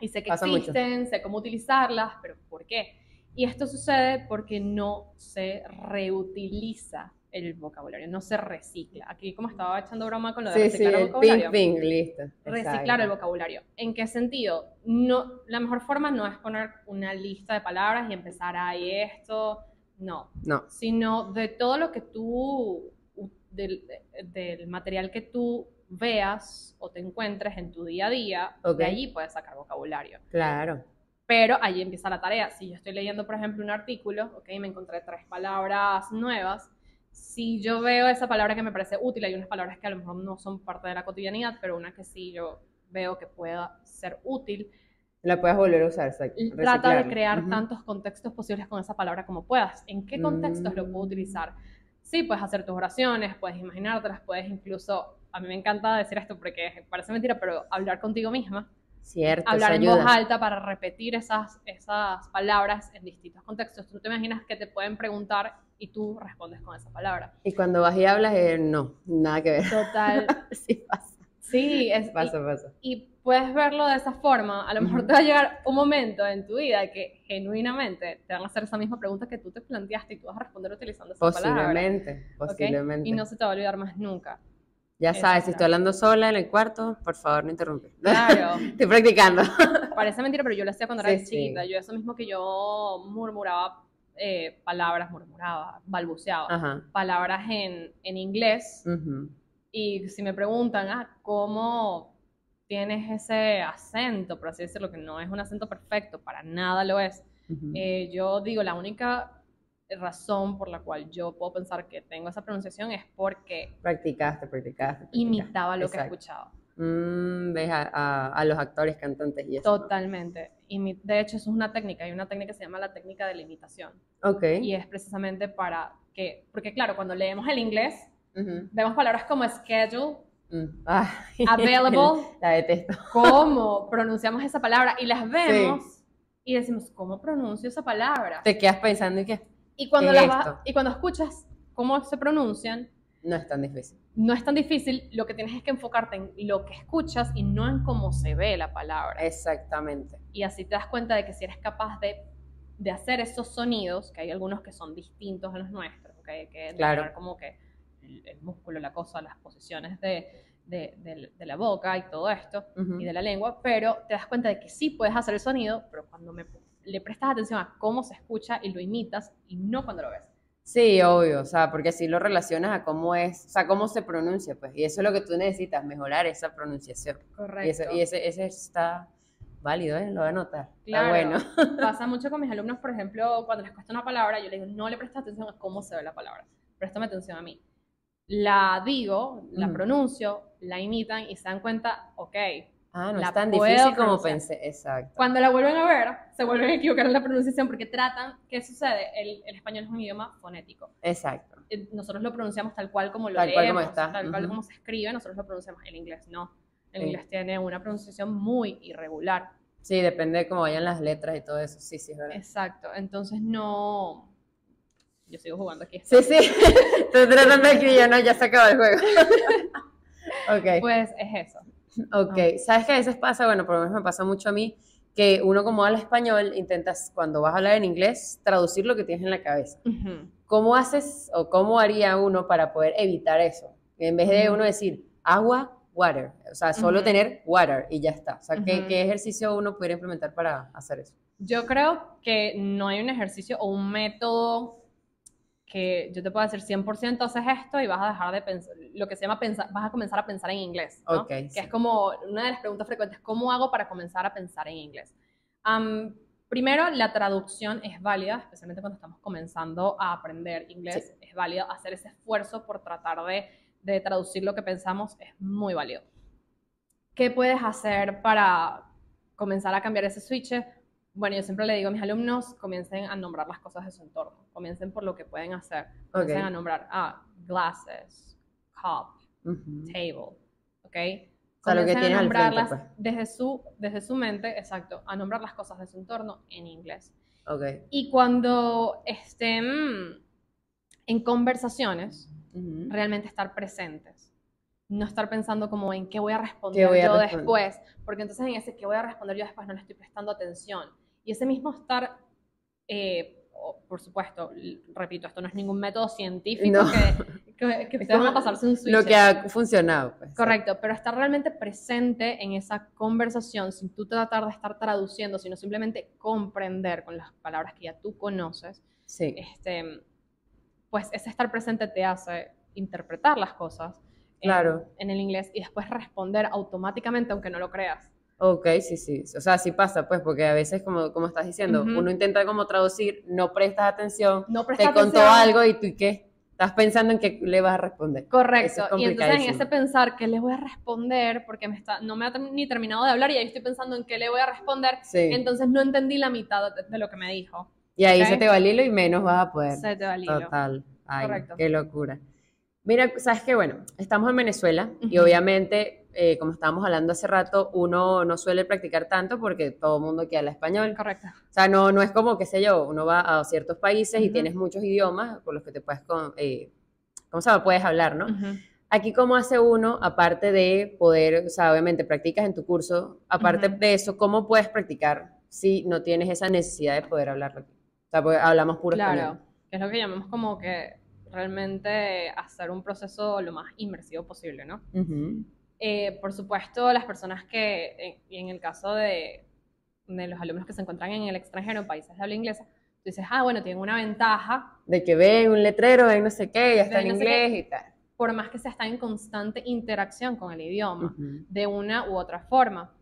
[SPEAKER 3] y sé que
[SPEAKER 2] Pasa mucho.
[SPEAKER 3] existen, sé cómo utilizarlas, pero ¿por qué? Y esto sucede porque no se reutiliza el vocabulario, no se recicla. Aquí como estaba echando broma con lo de
[SPEAKER 2] Sí, sí,
[SPEAKER 3] reciclar el
[SPEAKER 2] el
[SPEAKER 3] vocabulario,
[SPEAKER 2] ping, ping, listo.
[SPEAKER 3] reciclar el vocabulario. ¿En qué sentido? No, la mejor forma no es poner una lista de palabras y empezar ahí esto, no,
[SPEAKER 2] No,
[SPEAKER 3] sino de todo lo que tú, del, del material que tú veas o te encuentres en tu día a día,
[SPEAKER 2] Ok.
[SPEAKER 3] de allí puedes sacar vocabulario.
[SPEAKER 2] claro.
[SPEAKER 3] Pero ahí empieza la tarea. Si yo estoy leyendo, por ejemplo, un artículo, ok, me encontré tres palabras nuevas. Si yo veo esa palabra que me parece útil, hay unas palabras que a lo mejor no son parte de la cotidianidad, pero una que sí yo veo que pueda ser útil,
[SPEAKER 2] La puedes volver a usar, exacto.
[SPEAKER 3] y trata de
[SPEAKER 2] reciclarla.
[SPEAKER 3] crear
[SPEAKER 2] Ujú.
[SPEAKER 3] tantos contextos posibles con esa palabra como puedas. ¿En qué contextos lo puedo
[SPEAKER 2] Mm.
[SPEAKER 3] utilizar? Sí, puedes hacer tus oraciones, puedes imaginártelas, puedes incluso, a mí me encanta decir esto porque parece mentira, pero hablar contigo misma
[SPEAKER 2] Cierto, eso
[SPEAKER 3] hablar en
[SPEAKER 2] ayuda.
[SPEAKER 3] voz alta para repetir esas, esas palabras en distintos contextos. Tú te imaginas que te pueden preguntar y tú respondes con esa palabra.
[SPEAKER 2] Y cuando vas y hablas, eh, no, nada que ver.
[SPEAKER 3] Total.
[SPEAKER 2] Sí, pasa,
[SPEAKER 3] Sí, es, y-
[SPEAKER 2] pasa, pasa.
[SPEAKER 3] y, puedes verlo de esa forma. A lo mejor
[SPEAKER 2] Ujú.
[SPEAKER 3] te va a llegar un momento en tu vida que genuinamente te van a hacer esa misma pregunta que tú te planteaste y tú vas a responder utilizando esa palabra.
[SPEAKER 2] Posiblemente,
[SPEAKER 3] ¿ok?
[SPEAKER 2] posiblemente.
[SPEAKER 3] Y no se te va a olvidar más nunca.
[SPEAKER 2] Ya sabes,
[SPEAKER 3] Exacto.
[SPEAKER 2] si estoy hablando sola en el cuarto, por favor, no interrumpes.
[SPEAKER 3] Claro.
[SPEAKER 2] Estoy practicando.
[SPEAKER 3] Parece mentira, pero yo lo hacía cuando
[SPEAKER 2] Sí,
[SPEAKER 3] era
[SPEAKER 2] sí.
[SPEAKER 3] chiquita. Yo eso mismo que yo murmuraba eh, palabras, murmuraba, balbuceaba.
[SPEAKER 2] Ajá.
[SPEAKER 3] palabras en, en inglés
[SPEAKER 2] ujú.
[SPEAKER 3] y si me preguntan, ah, ¿cómo tienes ese acento? Por así decirlo, que no es un acento perfecto, para nada lo es.
[SPEAKER 2] Ujú.
[SPEAKER 3] Eh, yo digo, la única razón por la cual yo puedo pensar que tengo esa pronunciación es porque
[SPEAKER 2] Practicaste, practicaste. practicaste.
[SPEAKER 3] imitaba lo que
[SPEAKER 2] Exacto.
[SPEAKER 3] escuchaba.
[SPEAKER 2] Mm, ves a, a- a los actores, cantantes y eso. ¿no?
[SPEAKER 3] Totalmente. Imi- de hecho, eso es una técnica. Hay una técnica que se llama la técnica de la imitación.
[SPEAKER 2] Ok.
[SPEAKER 3] Y es precisamente para que, porque claro, cuando leemos el inglés,
[SPEAKER 2] Ujú.
[SPEAKER 3] vemos palabras como schedule,
[SPEAKER 2] Mm, ah,
[SPEAKER 3] available,
[SPEAKER 2] La detesto.
[SPEAKER 3] cómo pronunciamos esa palabra y las vemos y decimos, ¿cómo pronuncio esa palabra?
[SPEAKER 2] Te quedas pensando y que
[SPEAKER 3] Y cuando,
[SPEAKER 2] ¿Qué es
[SPEAKER 3] las vas-
[SPEAKER 2] esto?
[SPEAKER 3] y cuando escuchas cómo se pronuncian,
[SPEAKER 2] no es tan difícil.
[SPEAKER 3] no es tan difícil, lo que tienes es que enfocarte en lo que escuchas y no en cómo se ve la
[SPEAKER 2] Eh.
[SPEAKER 3] palabra.
[SPEAKER 2] Exactamente.
[SPEAKER 3] Y así te das cuenta de que si eres capaz de, de hacer esos sonidos, que hay algunos que son distintos a los nuestros, que hay que
[SPEAKER 2] Claro.
[SPEAKER 3] entrenar como que el, el músculo, la cosa, las posiciones de de, del- de la boca y todo esto,
[SPEAKER 2] Ujú.
[SPEAKER 3] y de la lengua, pero te das cuenta de que sí puedes hacer el sonido, pero cuando me- le prestas atención a cómo se escucha y lo imitas y no cuando lo ves.
[SPEAKER 2] Sí, obvio, o sea, porque así lo relacionas a cómo es, o sea, cómo se pronuncia, pues, y eso es lo que tú necesitas, mejorar esa pronunciación. Y, eso, y ese, ese está válido, ¿eh? Lo voy a anotar. Está
[SPEAKER 3] Claro,
[SPEAKER 2] bueno.
[SPEAKER 3] pasa mucho con mis alumnos, por ejemplo, cuando les cuesta una palabra, yo les digo, no le prestes atención a cómo se ve la palabra, préstame atención a mí. La digo, la
[SPEAKER 2] Ujú.
[SPEAKER 3] pronuncio, la imitan y se dan cuenta, ok.
[SPEAKER 2] Ah, no
[SPEAKER 3] La
[SPEAKER 2] es tan
[SPEAKER 3] puedo
[SPEAKER 2] difícil como
[SPEAKER 3] pronunciar.
[SPEAKER 2] pensé, exacto.
[SPEAKER 3] Cuando la vuelven a ver, se vuelven a equivocar en la pronunciación porque tratan, ¿qué sucede? El, el español es un idioma fonético.
[SPEAKER 2] Exacto.
[SPEAKER 3] Eh, Nosotros lo pronunciamos tal cual como lo
[SPEAKER 2] Tal cual como
[SPEAKER 3] leemos,
[SPEAKER 2] está,
[SPEAKER 3] tal cual
[SPEAKER 2] ujú.
[SPEAKER 3] como se escribe, nosotros lo pronunciamos. El inglés no. El
[SPEAKER 2] Sí.
[SPEAKER 3] inglés tiene una pronunciación muy irregular.
[SPEAKER 2] Sí, depende de cómo vayan las letras y todo eso. Sí, sí, es
[SPEAKER 3] Eh.
[SPEAKER 2] verdad.
[SPEAKER 3] Exacto, entonces no. Yo sigo jugando aquí.
[SPEAKER 2] Sí, sí. Estoy tratando de escribir, no, ya se acabó el juego. ok,
[SPEAKER 3] Pues es eso. ah.
[SPEAKER 2] ok. ¿Sabes qué a veces pasa? Bueno, por lo menos me pasa mucho a mí, que uno como habla español, intentas, cuando vas a hablar en inglés, traducir lo que tienes en la cabeza. ¿Cómo haces o cómo haría uno para poder evitar eso? En vez de
[SPEAKER 3] Ujú.
[SPEAKER 2] uno decir agua, water. O sea, solo
[SPEAKER 3] Ujú.
[SPEAKER 2] tener water y ya está. O sea, ¿qué,
[SPEAKER 3] Ujú.
[SPEAKER 2] qué ejercicio uno pudiera implementar para hacer eso?
[SPEAKER 3] Yo creo que no hay un ejercicio o un método que yo te pueda decir 100% haces esto y vas a dejar de pensar, lo que se llama pensar, vas a comenzar a pensar en inglés, ¿no?
[SPEAKER 2] Ok,
[SPEAKER 3] Que
[SPEAKER 2] sí.
[SPEAKER 3] es como una de las preguntas frecuentes, ¿cómo hago para comenzar a pensar en inglés? Am, primero, la traducción es válida, especialmente cuando estamos comenzando a aprender inglés, es válido hacer ese esfuerzo por tratar de, de traducir lo que pensamos, es muy válido. ¿Qué puedes hacer para comenzar a cambiar ese switch? Bueno, yo siempre le digo a mis alumnos, comiencen a nombrar las cosas de su entorno, comiencen por lo que pueden hacer, comiencen
[SPEAKER 2] Ok.
[SPEAKER 3] a nombrar, ah, glasses, cup,
[SPEAKER 2] Ujú.
[SPEAKER 3] table, ¿ok?
[SPEAKER 2] O sea, lo que
[SPEAKER 3] Comiencen a
[SPEAKER 2] tienes al frente,
[SPEAKER 3] nombrarlas
[SPEAKER 2] pues.
[SPEAKER 3] desde su, desde su mente, exacto, a nombrar las cosas de su entorno en inglés.
[SPEAKER 2] Ok.
[SPEAKER 3] Y cuando estén en conversaciones,
[SPEAKER 2] Ujú.
[SPEAKER 3] realmente estar presentes. No estar pensando como en qué voy a responder
[SPEAKER 2] voy a
[SPEAKER 3] yo
[SPEAKER 2] responder?
[SPEAKER 3] después, porque entonces en ese qué voy a responder yo después no le estoy prestando atención. Y ese mismo estar, eh, o- por supuesto, l- repito, esto no es ningún método científico
[SPEAKER 2] No.
[SPEAKER 3] que, que, que
[SPEAKER 2] Es
[SPEAKER 3] ustedes van a
[SPEAKER 2] como
[SPEAKER 3] pasarse un switch.
[SPEAKER 2] Lo que ha funcionado, pues.
[SPEAKER 3] Correcto, pero estar realmente presente en esa conversación sin tú tratar de estar traduciendo, sino simplemente comprender con las palabras que ya tú conoces
[SPEAKER 2] Sí.
[SPEAKER 3] este, pues ese estar presente te hace interpretar las cosas en-
[SPEAKER 2] Claro.
[SPEAKER 3] en, el inglés y después responder automáticamente aunque no lo creas.
[SPEAKER 2] Ok, sí, sí. O sea, sí pasa, pues, porque a veces, como, como estás diciendo,
[SPEAKER 3] Ujú.
[SPEAKER 2] uno intenta como traducir, no prestas atención,
[SPEAKER 3] No
[SPEAKER 2] te
[SPEAKER 3] prestar
[SPEAKER 2] contó
[SPEAKER 3] atención.
[SPEAKER 2] algo y tú, ¿y qué? Estás pensando en qué le vas a responder. Eso
[SPEAKER 3] Correcto.
[SPEAKER 2] es
[SPEAKER 3] y entonces en
[SPEAKER 2] complicadísimo.
[SPEAKER 3] ese pensar que le voy a responder porque me está, no me ha ter- ni terminado de hablar y ahí estoy pensando en qué le voy a responder,
[SPEAKER 2] Sí.
[SPEAKER 3] entonces no entendí la mitad de, de lo que me dijo.
[SPEAKER 2] Y ahí
[SPEAKER 3] Ok.
[SPEAKER 2] se te va el hilo y menos vas a poder.
[SPEAKER 3] Se te va el hilo.
[SPEAKER 2] Total. Ay,
[SPEAKER 3] Correcto.
[SPEAKER 2] qué locura. Mira, sabes que bueno, estamos en Venezuela y
[SPEAKER 3] Ujú.
[SPEAKER 2] obviamente, eh, como estábamos hablando hace rato, uno no suele practicar tanto porque todo el mundo que habla español.
[SPEAKER 3] Correcto.
[SPEAKER 2] O sea, no, no es como, qué sé yo, uno va a ciertos países y
[SPEAKER 3] Ujú.
[SPEAKER 2] tienes muchos idiomas con los que te puedes, con- eh, ¿cómo se llama? Puedes hablar, ¿no?
[SPEAKER 3] Ujú.
[SPEAKER 2] Aquí, ¿cómo hace uno, aparte de poder, o sea, obviamente practicas en tu curso, aparte
[SPEAKER 3] Ujú.
[SPEAKER 2] de eso, ¿cómo puedes practicar si no tienes esa necesidad de poder hablarlo aquí? O sea, porque hablamos puro
[SPEAKER 3] Claro,
[SPEAKER 2] español.
[SPEAKER 3] que es lo que llamamos como que realmente hacer un proceso lo más inmersivo posible, ¿no?
[SPEAKER 2] Ujú.
[SPEAKER 3] Eh, por supuesto, las personas que, en- y en el caso de, de los alumnos que se encuentran en el extranjero, en países de habla inglesa, tú dices, ah, bueno, tienen una ventaja,
[SPEAKER 2] De que ven un letrero, ven no sé qué, ya está
[SPEAKER 3] Ven
[SPEAKER 2] en
[SPEAKER 3] no sé qué.
[SPEAKER 2] inglés y tal.
[SPEAKER 3] por más que se está en constante interacción con el idioma,
[SPEAKER 2] Ujú.
[SPEAKER 3] de una u otra forma.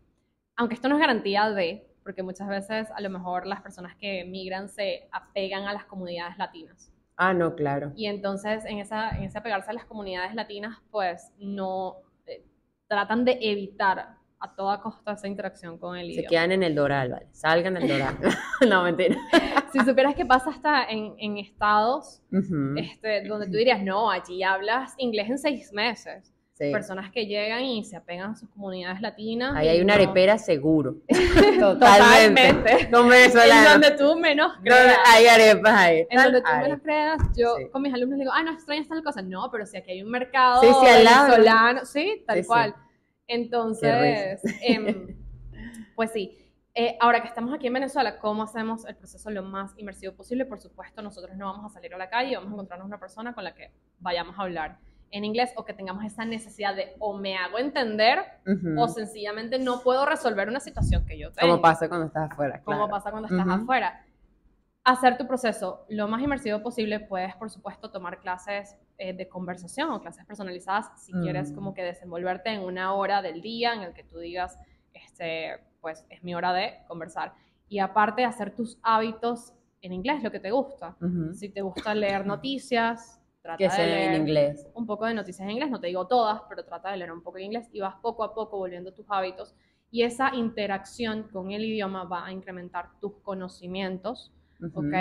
[SPEAKER 3] Aunque esto no es garantía de, porque muchas veces a lo mejor las personas que migran se apegan a las comunidades latinas.
[SPEAKER 2] Ah, no, claro.
[SPEAKER 3] Y entonces en, esa, en ese apegarse a las comunidades latinas, pues no eh, tratan de evitar a toda costa esa interacción con el
[SPEAKER 2] Se
[SPEAKER 3] idioma.
[SPEAKER 2] quedan en el Doral, ¿vale? Salgan del Doral. No, mentira.
[SPEAKER 3] Si supieras que pasa hasta en, en estados
[SPEAKER 2] Ujú,
[SPEAKER 3] este, donde tú dirías, no, allí hablas inglés en seis meses.
[SPEAKER 2] sí.
[SPEAKER 3] Personas que llegan y se apegan a sus comunidades latinas.
[SPEAKER 2] Ahí
[SPEAKER 3] y
[SPEAKER 2] hay una
[SPEAKER 3] no-
[SPEAKER 2] arepera seguro.
[SPEAKER 3] Totalmente.
[SPEAKER 2] Con
[SPEAKER 3] En
[SPEAKER 2] venezolanos.
[SPEAKER 3] donde tú menos
[SPEAKER 2] No,
[SPEAKER 3] creas.
[SPEAKER 2] hay arepas ahí.
[SPEAKER 3] En donde tú
[SPEAKER 2] Tal
[SPEAKER 3] me
[SPEAKER 2] arepa.
[SPEAKER 3] lo creas, yo
[SPEAKER 2] Sí.
[SPEAKER 3] con mis alumnos les digo, ah, no extrañas tal cosa. No, pero si aquí hay un mercado
[SPEAKER 2] Sí, sí, al lado.
[SPEAKER 3] venezolano, sí, tal
[SPEAKER 2] Sí, sí.
[SPEAKER 3] cual. Entonces, em, pues sí. Eh, ahora que estamos aquí en Venezuela, ¿cómo hacemos el proceso lo más inmersivo posible? Por supuesto, nosotros no vamos a salir a la calle, vamos a encontrarnos una persona con la que vayamos a hablar en inglés o que tengamos esa necesidad de o me hago entender
[SPEAKER 2] Ujú.
[SPEAKER 3] o sencillamente no puedo resolver una situación que yo tengo.
[SPEAKER 2] Mm. Como pasa cuando estás afuera,
[SPEAKER 3] como
[SPEAKER 2] claro.
[SPEAKER 3] pasa cuando estás
[SPEAKER 2] Ujú.
[SPEAKER 3] afuera. Hacer tu proceso lo más inmersivo posible, puedes, por supuesto, tomar clases eh, de conversación o clases personalizadas si quieres
[SPEAKER 2] Mm.
[SPEAKER 3] como que desenvolverte en una hora del día en el que tú digas, este, pues es mi hora de conversar. Y aparte, hacer tus hábitos en inglés, lo que te gusta.
[SPEAKER 2] Ujú.
[SPEAKER 3] Si te gusta leer noticias, trata
[SPEAKER 2] Que
[SPEAKER 3] de
[SPEAKER 2] sea en
[SPEAKER 3] leer
[SPEAKER 2] inglés.
[SPEAKER 3] un poco de noticias en inglés, no te digo todas, pero trata de leer un poco de inglés y vas poco a poco volviendo tus hábitos y esa interacción con el idioma va a incrementar tus conocimientos,
[SPEAKER 2] Ujú.
[SPEAKER 3] ¿ok?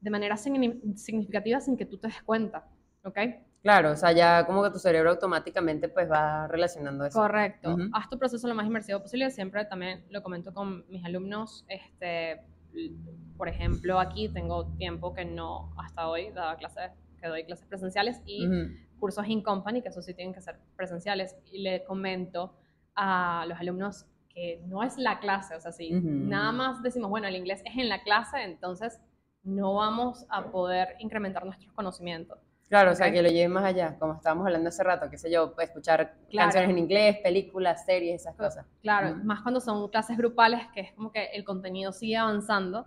[SPEAKER 3] De manera signi- significativa sin que tú te des cuenta, ¿ok?
[SPEAKER 2] Claro, o sea, ya como que tu cerebro automáticamente pues va relacionando eso.
[SPEAKER 3] Correcto.
[SPEAKER 2] Ujú.
[SPEAKER 3] Haz tu proceso lo más inmersivo posible. Siempre también lo comento con mis alumnos. Este, l- por ejemplo, aquí tengo tiempo que no, hasta hoy, daba clases, que doy clases presenciales y
[SPEAKER 2] Ujú.
[SPEAKER 3] cursos in company, que eso sí tienen que ser presenciales, y le comento a los alumnos que no es la clase, o sea, si
[SPEAKER 2] Ujú.
[SPEAKER 3] nada más decimos, bueno, el inglés es en la clase, entonces no vamos a poder incrementar nuestros conocimientos.
[SPEAKER 2] Claro, o sea,
[SPEAKER 3] Ok.
[SPEAKER 2] que lo lleves más allá, como estábamos hablando hace rato, qué sé yo, escuchar
[SPEAKER 3] Claro.
[SPEAKER 2] canciones en inglés, películas, series, esas cosas.
[SPEAKER 3] Claro,
[SPEAKER 2] Ujú.
[SPEAKER 3] más cuando son clases grupales, que es como que el contenido sigue avanzando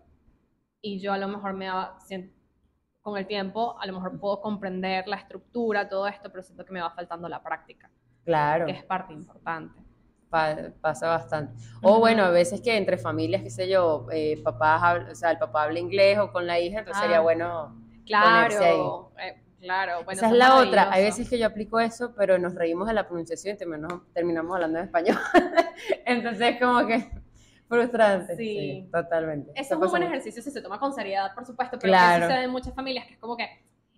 [SPEAKER 3] y yo a lo mejor me daba, sien- con el tiempo, a lo mejor puedo comprender la estructura, todo esto, pero siento que me va faltando la práctica,
[SPEAKER 2] Claro.
[SPEAKER 3] que es parte importante.
[SPEAKER 2] pa- pasa bastante. O
[SPEAKER 3] Ujú.
[SPEAKER 2] bueno, a veces que entre familias, qué sé yo, eh, papás, habl- o sea, el papá habla inglés o con la hija, entonces
[SPEAKER 3] Ah.
[SPEAKER 2] sería bueno. ponerse ahí.
[SPEAKER 3] Claro, eh, claro. Bueno,
[SPEAKER 2] Esa es
[SPEAKER 3] eso
[SPEAKER 2] la otra. Hay
[SPEAKER 3] maravilloso.
[SPEAKER 2] veces que yo aplico eso, pero nos reímos de la pronunciación y terminamos, terminamos hablando en español. entonces es como que frustrante. Sí,
[SPEAKER 3] Sí.
[SPEAKER 2] totalmente.
[SPEAKER 3] Eso
[SPEAKER 2] Eso
[SPEAKER 3] es un
[SPEAKER 2] pasa
[SPEAKER 3] buen
[SPEAKER 2] mucho.
[SPEAKER 3] ejercicio si se toma con seriedad, por supuesto, pero
[SPEAKER 2] Claro.
[SPEAKER 3] que sucede en muchas familias que es como que...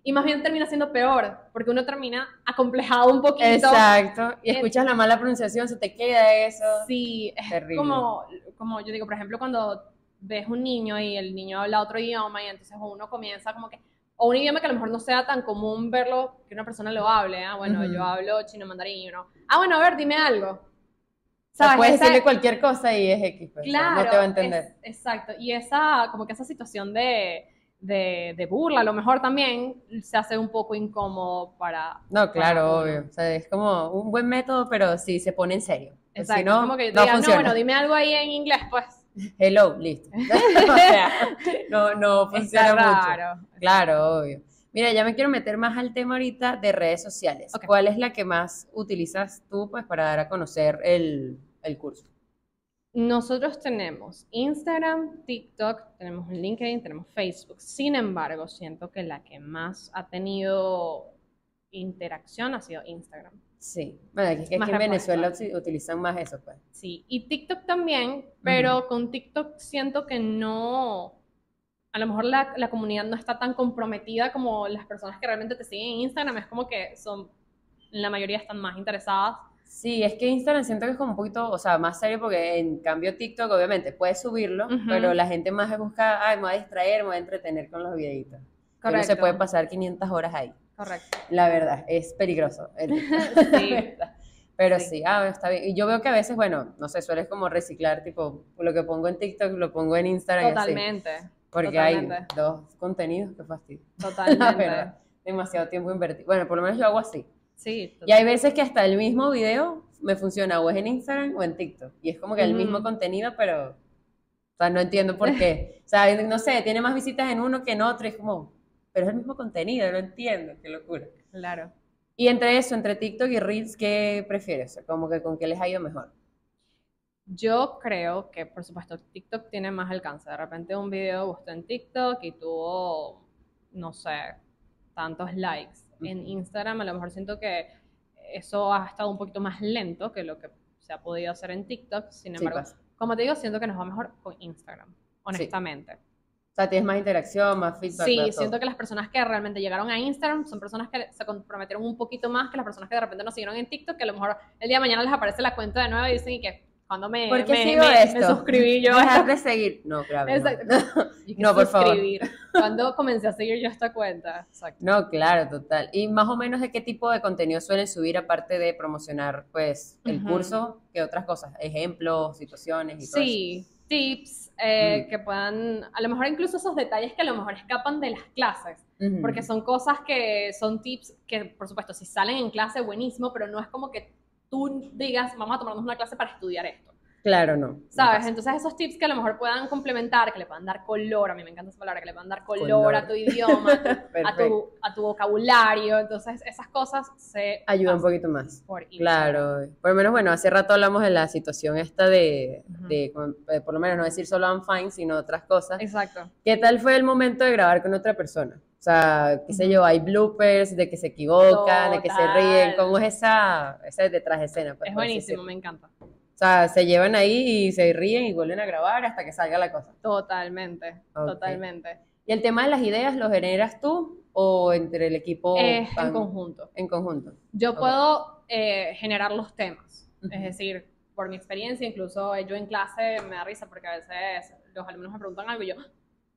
[SPEAKER 3] Y más bien termina siendo peor, porque uno termina acomplejado un poquito.
[SPEAKER 2] Exacto. Y
[SPEAKER 3] Eh,
[SPEAKER 2] escuchas la mala pronunciación, se te queda eso.
[SPEAKER 3] Sí, es
[SPEAKER 2] Terrible.
[SPEAKER 3] como, como yo digo, por ejemplo, cuando ves un niño y el niño habla otro idioma y entonces uno comienza como que, o un idioma que a lo mejor no sea tan común verlo, que una persona lo hable, ah, bueno,
[SPEAKER 2] Ujú.
[SPEAKER 3] yo hablo chino mandarín, y uno, ah, bueno, a ver, dime algo.
[SPEAKER 2] O sea,
[SPEAKER 3] ¿Sabes?
[SPEAKER 2] puedes
[SPEAKER 3] Esa-
[SPEAKER 2] decirle cualquier cosa y es X, pues, o sea,
[SPEAKER 3] Claro,
[SPEAKER 2] no te va a entender.
[SPEAKER 3] es- exacto. Y esa, como que esa situación de, de, de burla, a lo mejor también se hace un poco incómodo para.
[SPEAKER 2] No, claro,
[SPEAKER 3] uno.
[SPEAKER 2] obvio. O sea, es como un buen método, pero si se pone en serio. Pues,
[SPEAKER 3] Exacto.
[SPEAKER 2] Si no,
[SPEAKER 3] como que yo te
[SPEAKER 2] no
[SPEAKER 3] diga, no,
[SPEAKER 2] funciona.
[SPEAKER 3] bueno, dime algo ahí en inglés, pues.
[SPEAKER 2] Hello, listo. o sea, no, no funciona
[SPEAKER 3] Está
[SPEAKER 2] mucho.
[SPEAKER 3] raro.
[SPEAKER 2] Claro, obvio. Mira, ya me quiero meter más al tema ahorita de redes sociales.
[SPEAKER 3] Ok.
[SPEAKER 2] ¿Cuál es la que más utilizas tú pues, para dar a conocer el, el curso?
[SPEAKER 3] Nosotros tenemos Instagram, TikTok, tenemos LinkedIn, tenemos Facebook. Sin embargo, siento que la que más ha tenido interacción ha sido Instagram.
[SPEAKER 2] Sí. Bueno, es que, es
[SPEAKER 3] Más
[SPEAKER 2] que en
[SPEAKER 3] respuesta.
[SPEAKER 2] Venezuela uti- utilizan más eso, pues.
[SPEAKER 3] Sí, y TikTok también, pero con TikTok siento que no, a lo mejor la, la comunidad no está tan comprometida como las personas que realmente te siguen en Instagram, es como que son, la mayoría están más interesadas.
[SPEAKER 2] Sí, es que Instagram siento que es como un poquito, o sea, más serio porque en cambio TikTok obviamente puedes subirlo,
[SPEAKER 3] Ujú.
[SPEAKER 2] pero la gente más busca, ay, me voy a distraer, me voy a entretener con los videitos. Que uno se puede pasar 500 horas ahí.
[SPEAKER 3] Correcto.
[SPEAKER 2] La verdad, es peligroso. el TikTok, la
[SPEAKER 3] Sí.
[SPEAKER 2] verdad. Pero
[SPEAKER 3] Sí.
[SPEAKER 2] sí, ah, está bien. Y yo veo que a veces, bueno, no sé, sueles como reciclar, tipo, lo que pongo en TikTok lo pongo en Instagram y así. Ah,
[SPEAKER 3] Totalmente,
[SPEAKER 2] Porque hay
[SPEAKER 3] totalmente.
[SPEAKER 2] dos contenidos, qué fastidio. La
[SPEAKER 3] totalmente.
[SPEAKER 2] verdad, demasiado tiempo invertido. Bueno, por lo menos yo hago así.
[SPEAKER 3] Sí,
[SPEAKER 2] Y hay veces que hasta el mismo video me funciona o es en Instagram o en TikTok. Y es como que el mismo
[SPEAKER 3] Ujú.
[SPEAKER 2] contenido, pero, o sea, no entiendo por qué. O sea, no sé, tiene más visitas en uno que en otro. Y es como, pero es el mismo contenido, no entiendo, qué locura.
[SPEAKER 3] claro.
[SPEAKER 2] Y entre eso, entre TikTok y Reels, ¿qué prefieres? Como que con qué les ha ido mejor.
[SPEAKER 3] Yo creo que, por supuesto, TikTok tiene más alcance. De repente un video gustó en TikTok y tuvo, no sé, tantos likes. En
[SPEAKER 2] Ujú.
[SPEAKER 3] Instagram a lo mejor siento que eso ha estado un poquito más lento que lo que se ha podido hacer en TikTok. Sin
[SPEAKER 2] Sí,
[SPEAKER 3] embargo,
[SPEAKER 2] pasa.
[SPEAKER 3] como te digo, siento que nos va mejor con Instagram, honestamente.
[SPEAKER 2] O sea, tienes más interacción, más feedback.
[SPEAKER 3] Sí,
[SPEAKER 2] más todo.
[SPEAKER 3] siento que las personas que realmente llegaron a Instagram son personas que se comprometieron un poquito más que las personas que de repente nos siguieron en TikTok, que a lo mejor el día de mañana les aparece la cuenta de nuevo y dicen y que cuando me,
[SPEAKER 2] ¿Por qué
[SPEAKER 3] me,
[SPEAKER 2] sigo
[SPEAKER 3] me-
[SPEAKER 2] esto?
[SPEAKER 3] me suscribí yo.
[SPEAKER 2] Dejar de seguir. No, claro. no.
[SPEAKER 3] Exacto. Y que
[SPEAKER 2] No, por favor.
[SPEAKER 3] suscribir. ¿Cuándo comencé a seguir yo esta cuenta? Exacto.
[SPEAKER 2] No, claro, total. Y más o menos de qué tipo de contenido suelen subir aparte de promocionar, pues, el
[SPEAKER 3] Ujú.
[SPEAKER 2] curso, que otras cosas, ejemplos, situaciones y todo eso.
[SPEAKER 3] Sí, tips
[SPEAKER 2] Mm.
[SPEAKER 3] eh, que puedan, a lo mejor incluso esos detalles que a lo mejor escapan de las clases,
[SPEAKER 2] Ujú.
[SPEAKER 3] porque son cosas que son tips que, por supuesto, si salen en clase, buenísimo, pero no es como que tú digas, vamos a tomarnos una clase para estudiar esto,
[SPEAKER 2] Claro, no. no
[SPEAKER 3] ¿sabes?
[SPEAKER 2] pasa.
[SPEAKER 3] Entonces esos tips que a lo mejor puedan complementar, que le puedan dar color, a mí me encanta esa palabra, que le puedan dar color, a
[SPEAKER 2] Color.
[SPEAKER 3] tu idioma, a tu- a,
[SPEAKER 2] Perfecto.
[SPEAKER 3] tu, a tu vocabulario, entonces esas cosas se
[SPEAKER 2] Ayuda un
[SPEAKER 3] hacen
[SPEAKER 2] poquito más.
[SPEAKER 3] por Instagram.
[SPEAKER 2] Claro, por lo menos, bueno, hace rato hablamos de la situación esta de,
[SPEAKER 3] Ujú.
[SPEAKER 2] de, eh, por lo menos no decir solo I'm fine, sino otras cosas.
[SPEAKER 3] Exacto.
[SPEAKER 2] ¿Qué tal fue el momento de grabar con otra persona? O sea, qué sé yo, hay bloopers de que se equivocan, de que se ríen,
[SPEAKER 3] Total.
[SPEAKER 2] ¿cómo es esa, ese detrás de escena? pues,
[SPEAKER 3] Es
[SPEAKER 2] por así
[SPEAKER 3] buenísimo,
[SPEAKER 2] decirlo?
[SPEAKER 3] me encanta.
[SPEAKER 2] O sea, se llevan ahí y se ríen y vuelven a grabar hasta que salga la cosa.
[SPEAKER 3] Totalmente,
[SPEAKER 2] Ok.
[SPEAKER 3] totalmente.
[SPEAKER 2] ¿Y el tema de las ideas lo generas tú o entre el equipo
[SPEAKER 3] Es en
[SPEAKER 2] van
[SPEAKER 3] conjunto.
[SPEAKER 2] en conjunto?
[SPEAKER 3] Yo
[SPEAKER 2] Ok.
[SPEAKER 3] puedo eh, generar los temas,
[SPEAKER 2] Ujú.
[SPEAKER 3] es decir, por mi experiencia, incluso yo en clase me da risa porque a veces los alumnos me preguntan algo y yo, "Ah,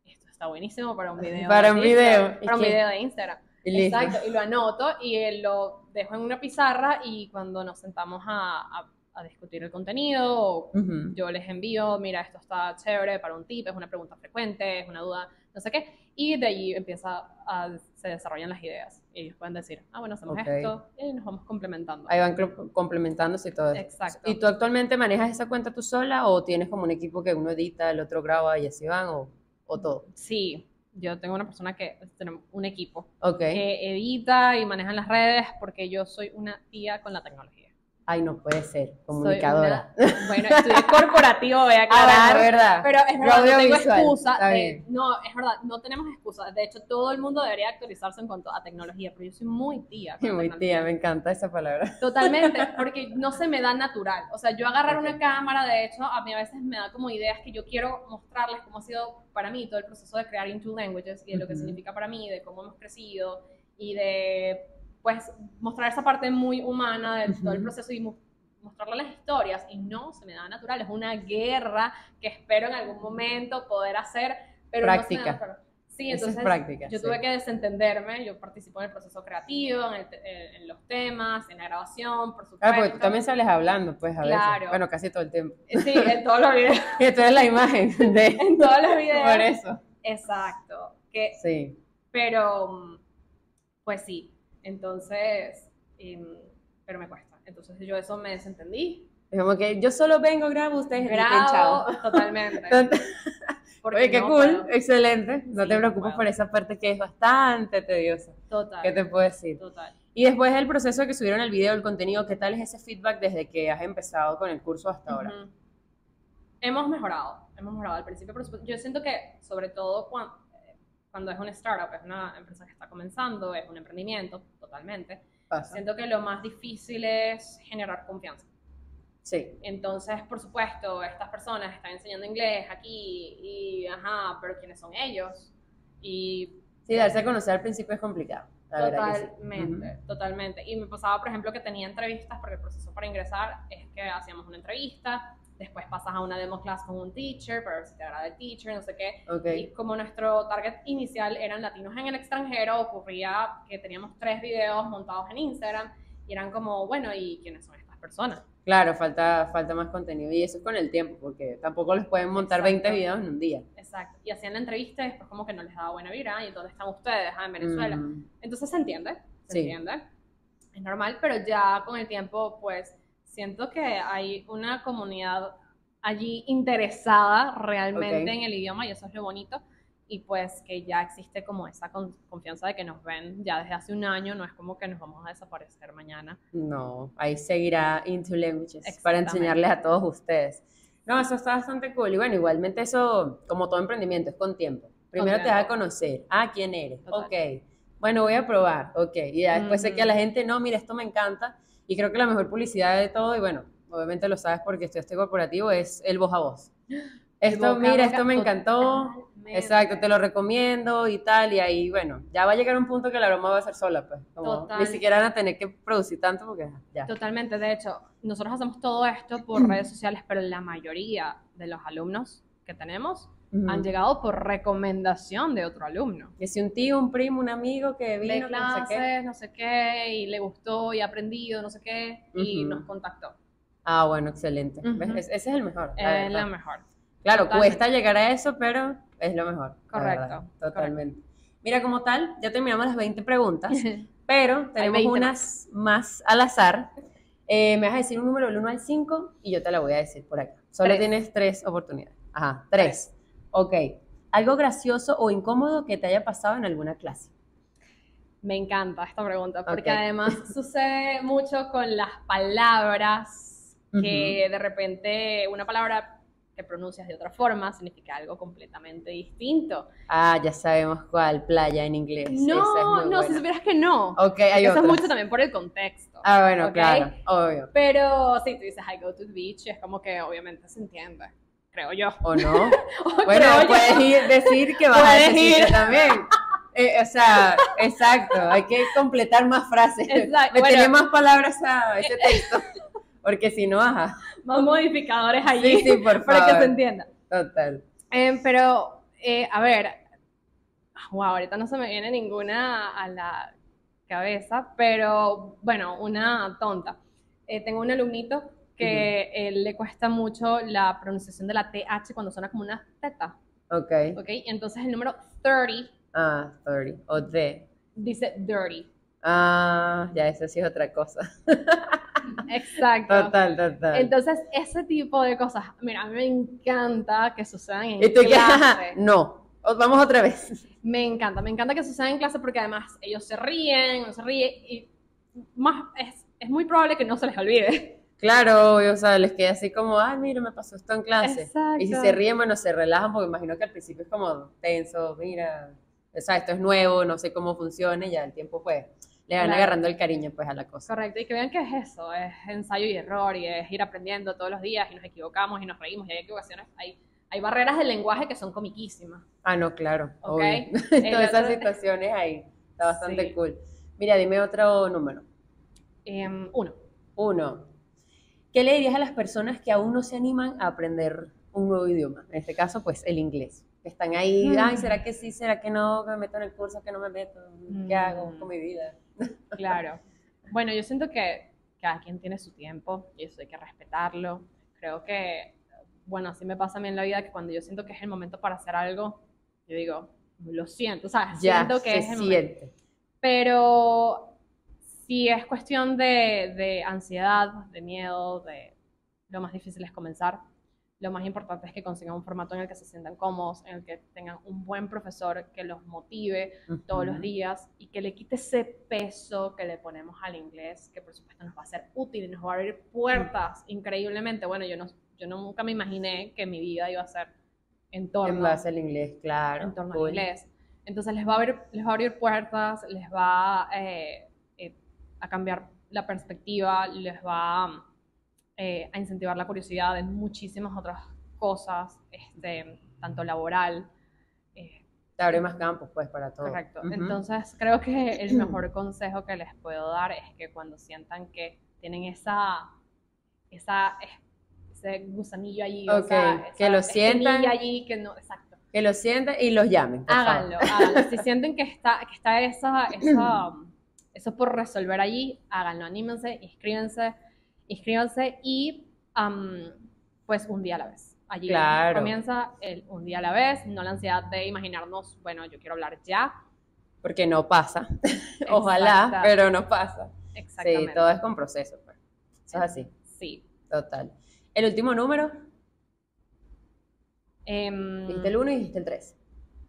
[SPEAKER 3] esto está buenísimo para un video.
[SPEAKER 2] Para
[SPEAKER 3] de
[SPEAKER 2] un video,
[SPEAKER 3] Instagram,
[SPEAKER 2] ¿y
[SPEAKER 3] Para un
[SPEAKER 2] qué?
[SPEAKER 3] video de Instagram.
[SPEAKER 2] Y listo.
[SPEAKER 3] Exacto, y lo anoto y eh, lo dejo en una pizarra y cuando nos sentamos a, a- a discutir el contenido o
[SPEAKER 2] Ujú.
[SPEAKER 3] yo les envío, mira, esto está chévere para un tip, es una pregunta frecuente, es una duda, no sé qué, y de allí empieza a, se desarrollan las ideas. Y ellos pueden decir, ah, bueno, hacemos
[SPEAKER 2] Ok.
[SPEAKER 3] esto, y nos vamos complementando.
[SPEAKER 2] Ahí van cro- complementándose y todo eso.
[SPEAKER 3] Exacto.
[SPEAKER 2] ¿Y tú actualmente manejas esa cuenta tú sola o tienes como un equipo que uno edita, el otro graba y así van o, o todo?
[SPEAKER 3] Sí, yo tengo una persona que, tenemos un equipo,
[SPEAKER 2] Ok.
[SPEAKER 3] que edita y maneja las redes porque yo soy una tía con la tecnología.
[SPEAKER 2] Ay, no puede ser,
[SPEAKER 3] Soy
[SPEAKER 2] comunicadora.
[SPEAKER 3] una- bueno, estudié corporativo, voy a
[SPEAKER 2] Ah,
[SPEAKER 3] aclarar.
[SPEAKER 2] bueno, ¿verdad?
[SPEAKER 3] Pero es verdad, no tengo
[SPEAKER 2] Audiovisual,
[SPEAKER 3] excusa.
[SPEAKER 2] está
[SPEAKER 3] de-
[SPEAKER 2] bien.
[SPEAKER 3] no, es verdad, no tenemos excusa. De hecho, todo el mundo debería actualizarse en cuanto a tecnología, pero yo soy muy tía. con la
[SPEAKER 2] Muy
[SPEAKER 3] tecnología.
[SPEAKER 2] tía, me encanta esa palabra.
[SPEAKER 3] Totalmente, porque no se me da natural. O sea, yo agarrar una
[SPEAKER 2] Ok.
[SPEAKER 3] cámara, de hecho, a mí a veces me da como ideas que yo quiero mostrarles cómo ha sido para mí todo el proceso de crear Into Languages y de lo que
[SPEAKER 2] Ujú.
[SPEAKER 3] significa para mí, de cómo hemos crecido y de, pues, mostrar esa parte muy humana de todo el
[SPEAKER 2] Ujú.
[SPEAKER 3] proceso y mu- mostrarle las historias. Y no se me da natural, es una guerra que espero en algún momento poder hacer, pero no se me da
[SPEAKER 2] Práctica.
[SPEAKER 3] natural. Sí,
[SPEAKER 2] Eso es
[SPEAKER 3] entonces
[SPEAKER 2] práctica,
[SPEAKER 3] yo
[SPEAKER 2] sí.
[SPEAKER 3] tuve que desentenderme, yo participo en el proceso creativo, en, el te- eh, en los temas, en la grabación, por supuesto.
[SPEAKER 2] Ah, porque tú también sales hablando, pues, a veces.
[SPEAKER 3] Claro.
[SPEAKER 2] Bueno, casi todo el tiempo.
[SPEAKER 3] Eh, Sí, en todos los videos.
[SPEAKER 2] Y tú eres la imagen de...
[SPEAKER 3] En todos los videos.
[SPEAKER 2] Por eso.
[SPEAKER 3] Exacto. Que,
[SPEAKER 2] Sí.
[SPEAKER 3] pero, mm, pues sí, entonces, em, pero me cuesta. Entonces yo eso me desentendí.
[SPEAKER 2] Es como que yo solo vengo, grabo, ustedes editen, chao.
[SPEAKER 3] Grabo totalmente.
[SPEAKER 2] Entonces-
[SPEAKER 3] porque
[SPEAKER 2] Oye, qué
[SPEAKER 3] no
[SPEAKER 2] cool,
[SPEAKER 3] puedo.
[SPEAKER 2] excelente. No
[SPEAKER 3] Sí,
[SPEAKER 2] te
[SPEAKER 3] no
[SPEAKER 2] preocupes
[SPEAKER 3] puedo.
[SPEAKER 2] por esa parte que es bastante tediosa.
[SPEAKER 3] Total.
[SPEAKER 2] ¿Qué te puedo decir?
[SPEAKER 3] Total.
[SPEAKER 2] Y después del proceso que subieron el video, el contenido, ¿qué tal es ese feedback desde que has empezado con el curso hasta ahora?
[SPEAKER 3] Ujú. Hemos mejorado, hemos mejorado. Al principio, por supuesto, yo siento que, sobre todo cuan- eh, cuando, es una startup, es una empresa que está comenzando, es un emprendimiento, totalmente.
[SPEAKER 2] Pasa.
[SPEAKER 3] Siento que lo más difícil es generar confianza.
[SPEAKER 2] Sí.
[SPEAKER 3] Entonces, por supuesto, estas personas están enseñando inglés aquí y, ajá, pero ¿quiénes son ellos? Y
[SPEAKER 2] Sí, darse a conocer al principio es complicado. La verdad que sí.
[SPEAKER 3] Totalmente, totalmente. Y me pasaba, por ejemplo, que tenía entrevistas, porque el proceso para ingresar es que hacíamos una entrevista, después pasas a una demo class con un teacher para ver si te agrada el teacher, no sé qué.
[SPEAKER 2] Ujú. Ok.
[SPEAKER 3] Y como nuestro target inicial eran latinos en el extranjero, ocurría que teníamos tres videos montados en Instagram y eran como, bueno, ¿y quiénes son estas personas?
[SPEAKER 2] Claro, falta, falta más contenido. Y eso es con el tiempo, porque tampoco los pueden montar
[SPEAKER 3] Exacto.
[SPEAKER 2] 20 videos en un día.
[SPEAKER 3] Exacto. Y hacían la entrevista y después como que no les daba buena vibra, ¿y dónde están ustedes? Ah, en Venezuela.
[SPEAKER 2] Mm,
[SPEAKER 3] Entonces se entiende, se
[SPEAKER 2] Sí.
[SPEAKER 3] entiende. Es normal, pero ya con el tiempo, pues siento que hay una comunidad allí interesada realmente
[SPEAKER 2] Ok.
[SPEAKER 3] en el idioma y eso es lo bonito. Y pues que ya existe como esa con- confianza de que nos ven ya desde hace un año, no es como que nos vamos a desaparecer mañana.
[SPEAKER 2] no, ahí seguirá Into Languages para enseñarles a todos ustedes. No, eso está bastante cool. Y bueno, igualmente eso, como todo emprendimiento, es con tiempo. Primero te
[SPEAKER 3] tiempo.
[SPEAKER 2] das a conocer. Ah, ¿quién eres?
[SPEAKER 3] Total.
[SPEAKER 2] Ok. Bueno, voy a probar. Ok. Y ya después sé que a la gente, no, mira, esto me encanta. Y creo que la mejor publicidad de todo, y bueno, obviamente lo sabes porque estudiaste corporativo, es el voz a voz. Esto,
[SPEAKER 3] boca a
[SPEAKER 2] mira,
[SPEAKER 3] boca,
[SPEAKER 2] esto me encantó.
[SPEAKER 3] totalmente.
[SPEAKER 2] Exacto, te lo recomiendo y tal, y ahí, bueno, ya va a llegar un punto que la broma va a ser sola, pues, como ni
[SPEAKER 3] Total.
[SPEAKER 2] siquiera van a tener que producir tanto porque ya.
[SPEAKER 3] Totalmente, de hecho, nosotros hacemos todo esto por redes sociales, pero la mayoría de los alumnos que tenemos han
[SPEAKER 2] Ujú.
[SPEAKER 3] llegado por recomendación de otro alumno.
[SPEAKER 2] Que si un tío, un primo, un amigo que
[SPEAKER 3] de
[SPEAKER 2] vino, que no sé qué.
[SPEAKER 3] clases, no sé qué, y le gustó y ha aprendido, no sé qué, y
[SPEAKER 2] Ujú.
[SPEAKER 3] nos contactó.
[SPEAKER 2] Ah, bueno, excelente. ¿Ves?
[SPEAKER 3] Ujú.
[SPEAKER 2] Es- Ese es el mejor. la
[SPEAKER 3] Es la
[SPEAKER 2] verdad.
[SPEAKER 3] mejor.
[SPEAKER 2] Claro,
[SPEAKER 3] Totalmente.
[SPEAKER 2] cuesta llegar a eso, pero es lo mejor. la
[SPEAKER 3] Correcto,
[SPEAKER 2] verdad, totalmente. Mira, como tal, ya terminamos las 20 preguntas, pero tenemos
[SPEAKER 3] 20
[SPEAKER 2] unas más al azar. Eh, me vas a decir un número del 1 al 5 y yo te la voy a decir por acá. Solo
[SPEAKER 3] Tres.
[SPEAKER 2] tienes tres oportunidades. Ajá, tres. Ok. Algo gracioso o incómodo que te haya pasado en alguna clase.
[SPEAKER 3] Me encanta esta pregunta, porque
[SPEAKER 2] Ok.
[SPEAKER 3] además sucede mucho con las palabras que de repente una palabra que pronuncias de otra forma significa algo completamente distinto.
[SPEAKER 2] Ah, ya sabemos cuál, playa en inglés.
[SPEAKER 3] no,
[SPEAKER 2] Esa es muy
[SPEAKER 3] no, si
[SPEAKER 2] buena.
[SPEAKER 3] supieras que no.
[SPEAKER 2] Ok, hay
[SPEAKER 3] Eso
[SPEAKER 2] otro.
[SPEAKER 3] es mucho también por el contexto.
[SPEAKER 2] Ah, bueno,
[SPEAKER 3] ok.
[SPEAKER 2] claro, obvio.
[SPEAKER 3] Pero sí, tú dices I go to the beach y es como que obviamente se entiende, creo yo.
[SPEAKER 2] ¿O no? Bueno, pues,
[SPEAKER 3] Creo yo.
[SPEAKER 2] puedes ir- decir que vas
[SPEAKER 3] Puedes
[SPEAKER 2] a ese sitio
[SPEAKER 3] ir.
[SPEAKER 2] también. Eh, o sea, exacto, hay que completar más frases,
[SPEAKER 3] Exacto,
[SPEAKER 2] meterle
[SPEAKER 3] bueno.
[SPEAKER 2] más palabras a ese texto, porque si no, ajá,
[SPEAKER 3] Más modificadores allí
[SPEAKER 2] sí, sí, por
[SPEAKER 3] para que se
[SPEAKER 2] favor,
[SPEAKER 3] entienda.
[SPEAKER 2] total.
[SPEAKER 3] Em, pero, eh, a ver, wow, ahorita no se me viene ninguna a la cabeza, pero bueno, una tonta. Eh, tengo un alumnito que eh, le cuesta mucho la pronunciación de la TH cuando suena como una teta,
[SPEAKER 2] Ok,
[SPEAKER 3] ¿ok? Entonces el número 30
[SPEAKER 2] ah, sorry, o de,
[SPEAKER 3] dice dirty.
[SPEAKER 2] ah, ya, eso sí es otra cosa,
[SPEAKER 3] Exacto.
[SPEAKER 2] total, total.
[SPEAKER 3] Entonces, ese tipo de cosas, mira, a mí me encanta que sucedan en
[SPEAKER 2] Y tú que, ajá,
[SPEAKER 3] clase.
[SPEAKER 2] no, O- vamos otra vez.
[SPEAKER 3] Me encanta, me encanta que suceda en clase porque además ellos se ríen, no se ríen y más, es, es muy probable que no se les olvide.
[SPEAKER 2] Claro, obvio, o sea, les queda así como, ay, mira, me pasó esto en clase.
[SPEAKER 3] Exacto.
[SPEAKER 2] Ah, Y si se ríen, bueno, se relajan, porque imagino que al principio es como tenso, mira, o sea, esto es nuevo, no sé cómo funciona, y ya el tiempo pues le van
[SPEAKER 3] Claro.
[SPEAKER 2] agarrando el cariño pues a la cosa.
[SPEAKER 3] Correcto, y que vean que es eso, es ensayo y error y es ir aprendiendo todos los días y nos equivocamos y nos reímos y hay equivocaciones, hay, hay barreras del lenguaje que son comiquísimas.
[SPEAKER 2] Ah, no, claro,
[SPEAKER 3] Ok.
[SPEAKER 2] obvio.
[SPEAKER 3] El
[SPEAKER 2] Todas esas
[SPEAKER 3] otro-
[SPEAKER 2] situaciones ahí, está bastante
[SPEAKER 3] Sí.
[SPEAKER 2] cool. Mira, dime otro número.
[SPEAKER 3] Em, uno,
[SPEAKER 2] Uno, ¿qué le dirías a las personas que aún no se animan a aprender un nuevo idioma? En este caso, pues el inglés. Que están ahí,
[SPEAKER 3] Mm.
[SPEAKER 2] ay, ¿será que sí? ¿Será que no? ¿Que me meto en el curso? ¿Que no me meto? ¿Qué hago
[SPEAKER 3] Mm.
[SPEAKER 2] con mi vida?
[SPEAKER 3] claro. Bueno, yo siento que cada quien tiene su tiempo y eso hay que respetarlo. Creo que, bueno, así me pasa a mí en la vida que cuando yo siento que es el momento para hacer algo, yo digo, lo siento, o sea,
[SPEAKER 2] Ya,
[SPEAKER 3] siento que
[SPEAKER 2] se
[SPEAKER 3] es el momento.
[SPEAKER 2] siente.
[SPEAKER 3] Pero si es cuestión de, de ansiedad, de miedo, de lo más difícil es comenzar. Lo más importante es que consigan un formato en el que se sientan cómodos, en el que tengan un buen profesor que los motive, todos los
[SPEAKER 2] Ujú.
[SPEAKER 3] días y que le quite ese peso que le ponemos al inglés, que por supuesto nos va a ser útil y nos va a abrir
[SPEAKER 2] Mm.
[SPEAKER 3] puertas increíblemente. Bueno, yo no, yo no- nunca me imaginé que mi vida iba a ser en
[SPEAKER 2] En
[SPEAKER 3] torno,
[SPEAKER 2] base al inglés, claro.
[SPEAKER 3] en torno
[SPEAKER 2] cool.
[SPEAKER 3] al inglés. Entonces les va a abrir, les va a abrir puertas, les va eh, eh, a cambiar la perspectiva, les va eh, a incentivar la curiosidad en muchísimas otras cosas, este, tanto laboral. eh,
[SPEAKER 2] Te abre más campos, pues, para todo.
[SPEAKER 3] Correcto.
[SPEAKER 2] Ujú.
[SPEAKER 3] Entonces, creo que el mejor consejo que les puedo dar es que cuando sientan que tienen esa, esa, ese gusanillo allí, o
[SPEAKER 2] Ok,
[SPEAKER 3] sea,
[SPEAKER 2] que
[SPEAKER 3] esa
[SPEAKER 2] lo sientan.
[SPEAKER 3] espinilla allí, que no, exacto.
[SPEAKER 2] Que lo sientan y los llamen, por favor.
[SPEAKER 3] Háganlo, háganlo. Si sienten que está, que está esa, esa, eso por resolver allí, háganlo, anímense, inscríbanse, inscríbanse y am, pues un día a la vez. Allí
[SPEAKER 2] Claro.
[SPEAKER 3] comienza el un día a la vez, no la ansiedad de imaginarnos, bueno, yo quiero hablar ya.
[SPEAKER 2] Porque no pasa. Ojalá,
[SPEAKER 3] Exacta-
[SPEAKER 2] pero no pasa. Sí,
[SPEAKER 3] Exactamente.
[SPEAKER 2] todo es con proceso, pues. Eso es así,
[SPEAKER 3] Sí.
[SPEAKER 2] total. El último número,
[SPEAKER 3] Em,
[SPEAKER 2] dijiste el 1 y dijiste el 3.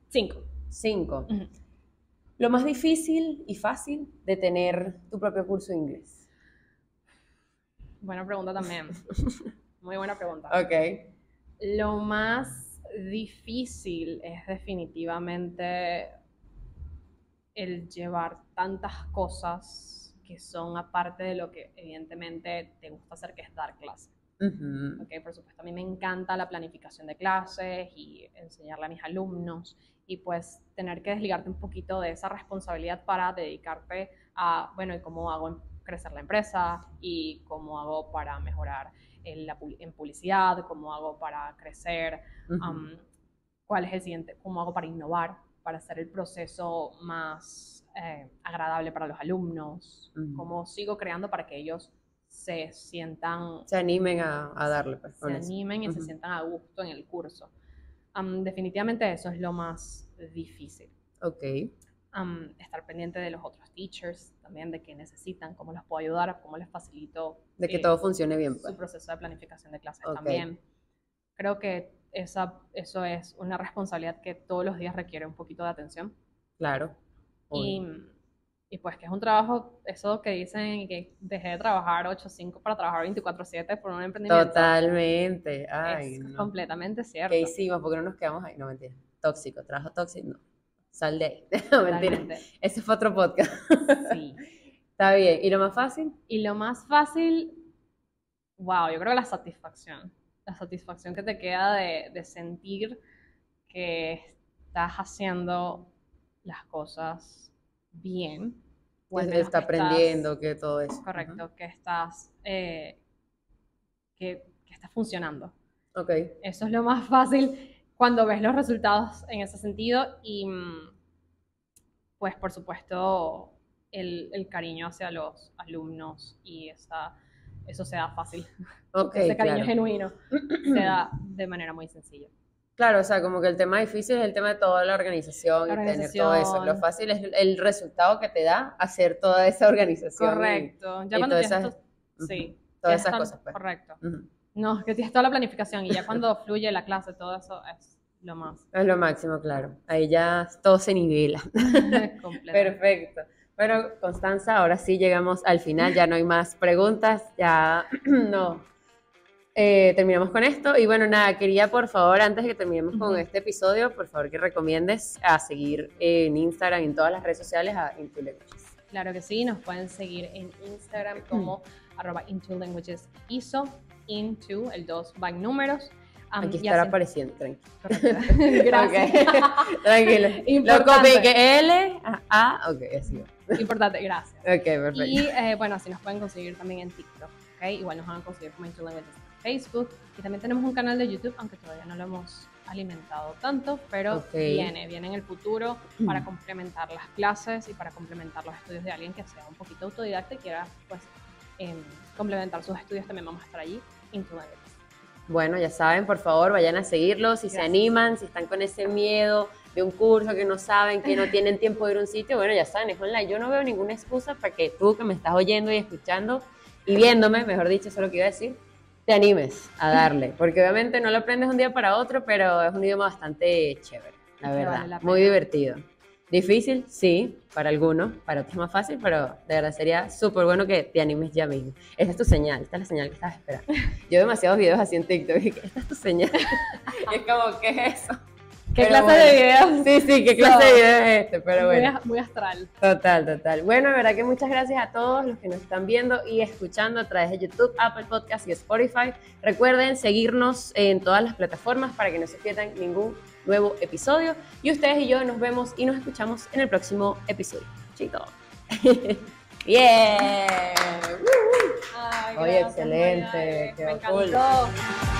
[SPEAKER 3] Cinco.
[SPEAKER 2] 5.
[SPEAKER 3] Ujú.
[SPEAKER 2] Lo más difícil y fácil de tener tu propio curso de inglés.
[SPEAKER 3] Buena pregunta también. Muy buena pregunta.
[SPEAKER 2] Ok.
[SPEAKER 3] Lo más difícil es definitivamente el llevar tantas cosas que son aparte de lo que evidentemente te gusta hacer, que es dar clases.
[SPEAKER 2] Ujú.
[SPEAKER 3] Ok, por supuesto, a mí me encanta la planificación de clases y enseñarle a mis alumnos y pues tener que desligarte un poquito de esa responsabilidad para dedicarte a, bueno, y cómo hago em- crecer la empresa y cómo hago para mejorar en, la, pub- en publicidad, cómo hago para crecer,
[SPEAKER 2] Ujú.
[SPEAKER 3] am, cuál es el siguiente, cómo hago para innovar, para hacer el proceso más eh, agradable para los alumnos,
[SPEAKER 2] Ujú.
[SPEAKER 3] cómo sigo creando para que ellos se sientan
[SPEAKER 2] Se animen a, a darle, pues,
[SPEAKER 3] se
[SPEAKER 2] con eso.
[SPEAKER 3] animen y se
[SPEAKER 2] Ujú.
[SPEAKER 3] sientan a gusto en el curso. Am, definitivamente eso es lo más difícil.
[SPEAKER 2] Ok.
[SPEAKER 3] Am, estar pendiente de los otros teachers, también de qué necesitan, cómo los puedo ayudar, cómo les facilito
[SPEAKER 2] De que
[SPEAKER 3] eh,
[SPEAKER 2] todo funcione bien, pues.
[SPEAKER 3] su proceso de planificación de clases
[SPEAKER 2] Ok.
[SPEAKER 3] también. Creo que esa, eso es una responsabilidad que todos los días requiere un poquito de atención.
[SPEAKER 2] Claro.
[SPEAKER 3] Y,
[SPEAKER 2] Obvio.
[SPEAKER 3] y pues que es un trabajo, eso que dicen que dejé de trabajar 8-5 para trabajar 24-7 por un emprendimiento.
[SPEAKER 2] Totalmente. Ay,
[SPEAKER 3] es
[SPEAKER 2] no.
[SPEAKER 3] completamente cierto.
[SPEAKER 2] ¿Qué hicimos? ¿Por qué no nos quedamos ahí? No, mentira. Tóxico, trabajo tóxico, no. Sal de ahí. No, mentira.
[SPEAKER 3] Totalmente.
[SPEAKER 2] Ese fue otro podcast.
[SPEAKER 3] Sí.
[SPEAKER 2] Está bien. ¿Y lo más fácil?
[SPEAKER 3] Y lo más fácil, wow, yo creo que la satisfacción. La satisfacción que te queda de, de sentir que estás haciendo las cosas bien. o al
[SPEAKER 2] Que
[SPEAKER 3] menos
[SPEAKER 2] está
[SPEAKER 3] que estás-
[SPEAKER 2] aprendiendo, que todo eso.
[SPEAKER 3] correcto, que estás, eh, que, que estás funcionando.
[SPEAKER 2] Ajá. Ok.
[SPEAKER 3] Eso es lo más fácil cuando ves los resultados en ese sentido y mm, pues por supuesto el, el cariño hacia los alumnos y esa, eso se da fácil.
[SPEAKER 2] Ok,
[SPEAKER 3] ese cariño
[SPEAKER 2] claro.
[SPEAKER 3] genuino se da de manera muy sencilla.
[SPEAKER 2] Claro, o sea, como que el tema difícil es el tema de toda la organización
[SPEAKER 3] La
[SPEAKER 2] y tener todo eso. Lo
[SPEAKER 3] organización.
[SPEAKER 2] fácil es el resultado que te da hacer toda esa organización y
[SPEAKER 3] Correcto. Ya
[SPEAKER 2] y
[SPEAKER 3] cuando
[SPEAKER 2] todas
[SPEAKER 3] tienes
[SPEAKER 2] esas- mm,
[SPEAKER 3] tu- sí,
[SPEAKER 2] todas
[SPEAKER 3] tienes
[SPEAKER 2] esas
[SPEAKER 3] tan-
[SPEAKER 2] cosas. pues.
[SPEAKER 3] Correcto.
[SPEAKER 2] Ujú.
[SPEAKER 3] No, que tienes toda la planificación y ya cuando fluye la clase, todo eso es lo más
[SPEAKER 2] Es lo máximo, claro. Ahí ya todo se nivela.
[SPEAKER 3] completo.
[SPEAKER 2] Perfecto. Bueno, Constanza, ahora sí llegamos al final, ya no hay más preguntas, ya no. Eh, terminamos con esto y bueno, nada, quería por favor, antes de que terminemos con
[SPEAKER 3] Ujú.
[SPEAKER 2] este episodio, por favor que recomiendes a seguir en Instagram, en todas las redes sociales, a Into Languages.
[SPEAKER 3] Claro que sí, nos pueden seguir en Instagram
[SPEAKER 2] Mm.
[SPEAKER 3] como arroba into languages ISO, into, el 2 van números. um,
[SPEAKER 2] Aquí
[SPEAKER 3] y
[SPEAKER 2] estará
[SPEAKER 3] hacen-
[SPEAKER 2] apareciendo, tranquilo.
[SPEAKER 3] correcto. Gracias.
[SPEAKER 2] Tranquilo. Lo
[SPEAKER 3] Importante.
[SPEAKER 2] copié que L, ah, ah, ok, así va.
[SPEAKER 3] Importante, gracias.
[SPEAKER 2] Ok, perfecto.
[SPEAKER 3] Y eh, bueno, así nos pueden conseguir también en TikTok, ¿ok? Igual nos van a conseguir como Into Languages en Facebook. Y también tenemos un canal de YouTube, aunque todavía no lo hemos alimentado tanto, pero
[SPEAKER 2] Ok.
[SPEAKER 3] viene, viene en el futuro
[SPEAKER 1] Mm.
[SPEAKER 3] para complementar las clases y para complementar los estudios de alguien que sea un poquito autodidacta y quiera, pues, em, complementar sus estudios. También vamos a estar allí, Into Languages.
[SPEAKER 2] Bueno, ya saben, por favor, vayan a seguirlo. Si se
[SPEAKER 3] Gracias.
[SPEAKER 2] animan, si están con ese miedo de un curso que no saben, que no tienen tiempo de ir a un sitio, bueno, ya saben, es online. Yo no veo ninguna excusa para que tú que me estás oyendo y escuchando y viéndome, mejor dicho, eso es lo que iba a decir, te animes a darle. Porque obviamente no lo aprendes de un día para otro, pero es un idioma bastante chévere, la
[SPEAKER 3] Que vale
[SPEAKER 2] verdad.
[SPEAKER 3] la
[SPEAKER 2] Muy
[SPEAKER 3] pena.
[SPEAKER 2] divertido. Difícil, sí, para algunos, para otros más fácil, pero de verdad sería súper bueno que te animes ya mismo. Esa es tu señal, esta es la señal que estás esperando. Yo demasiados videos así en TikTok y que, esta es tu señal. Y es como, ¿qué es eso?
[SPEAKER 3] ¿Qué
[SPEAKER 2] Pero
[SPEAKER 3] clase de videos?
[SPEAKER 2] Sí, sí, ¿qué clase de video es este? Pero
[SPEAKER 3] Muy,
[SPEAKER 2] bueno,
[SPEAKER 3] a- muy astral.
[SPEAKER 2] total, total. Bueno, de verdad que muchas gracias a todos los que nos están viendo y escuchando a través de YouTube, Apple Podcasts y Spotify. Recuerden seguirnos en todas las plataformas para que no se pierdan ningún nuevo episodio. Y ustedes y yo nos vemos y nos escuchamos en el próximo episodio. Chicos. yeah.
[SPEAKER 3] Ay,
[SPEAKER 2] Oye,
[SPEAKER 3] gracias,
[SPEAKER 2] excelente,
[SPEAKER 3] Mariale,
[SPEAKER 2] quedó
[SPEAKER 3] eh, Me
[SPEAKER 2] cool.
[SPEAKER 3] encantó.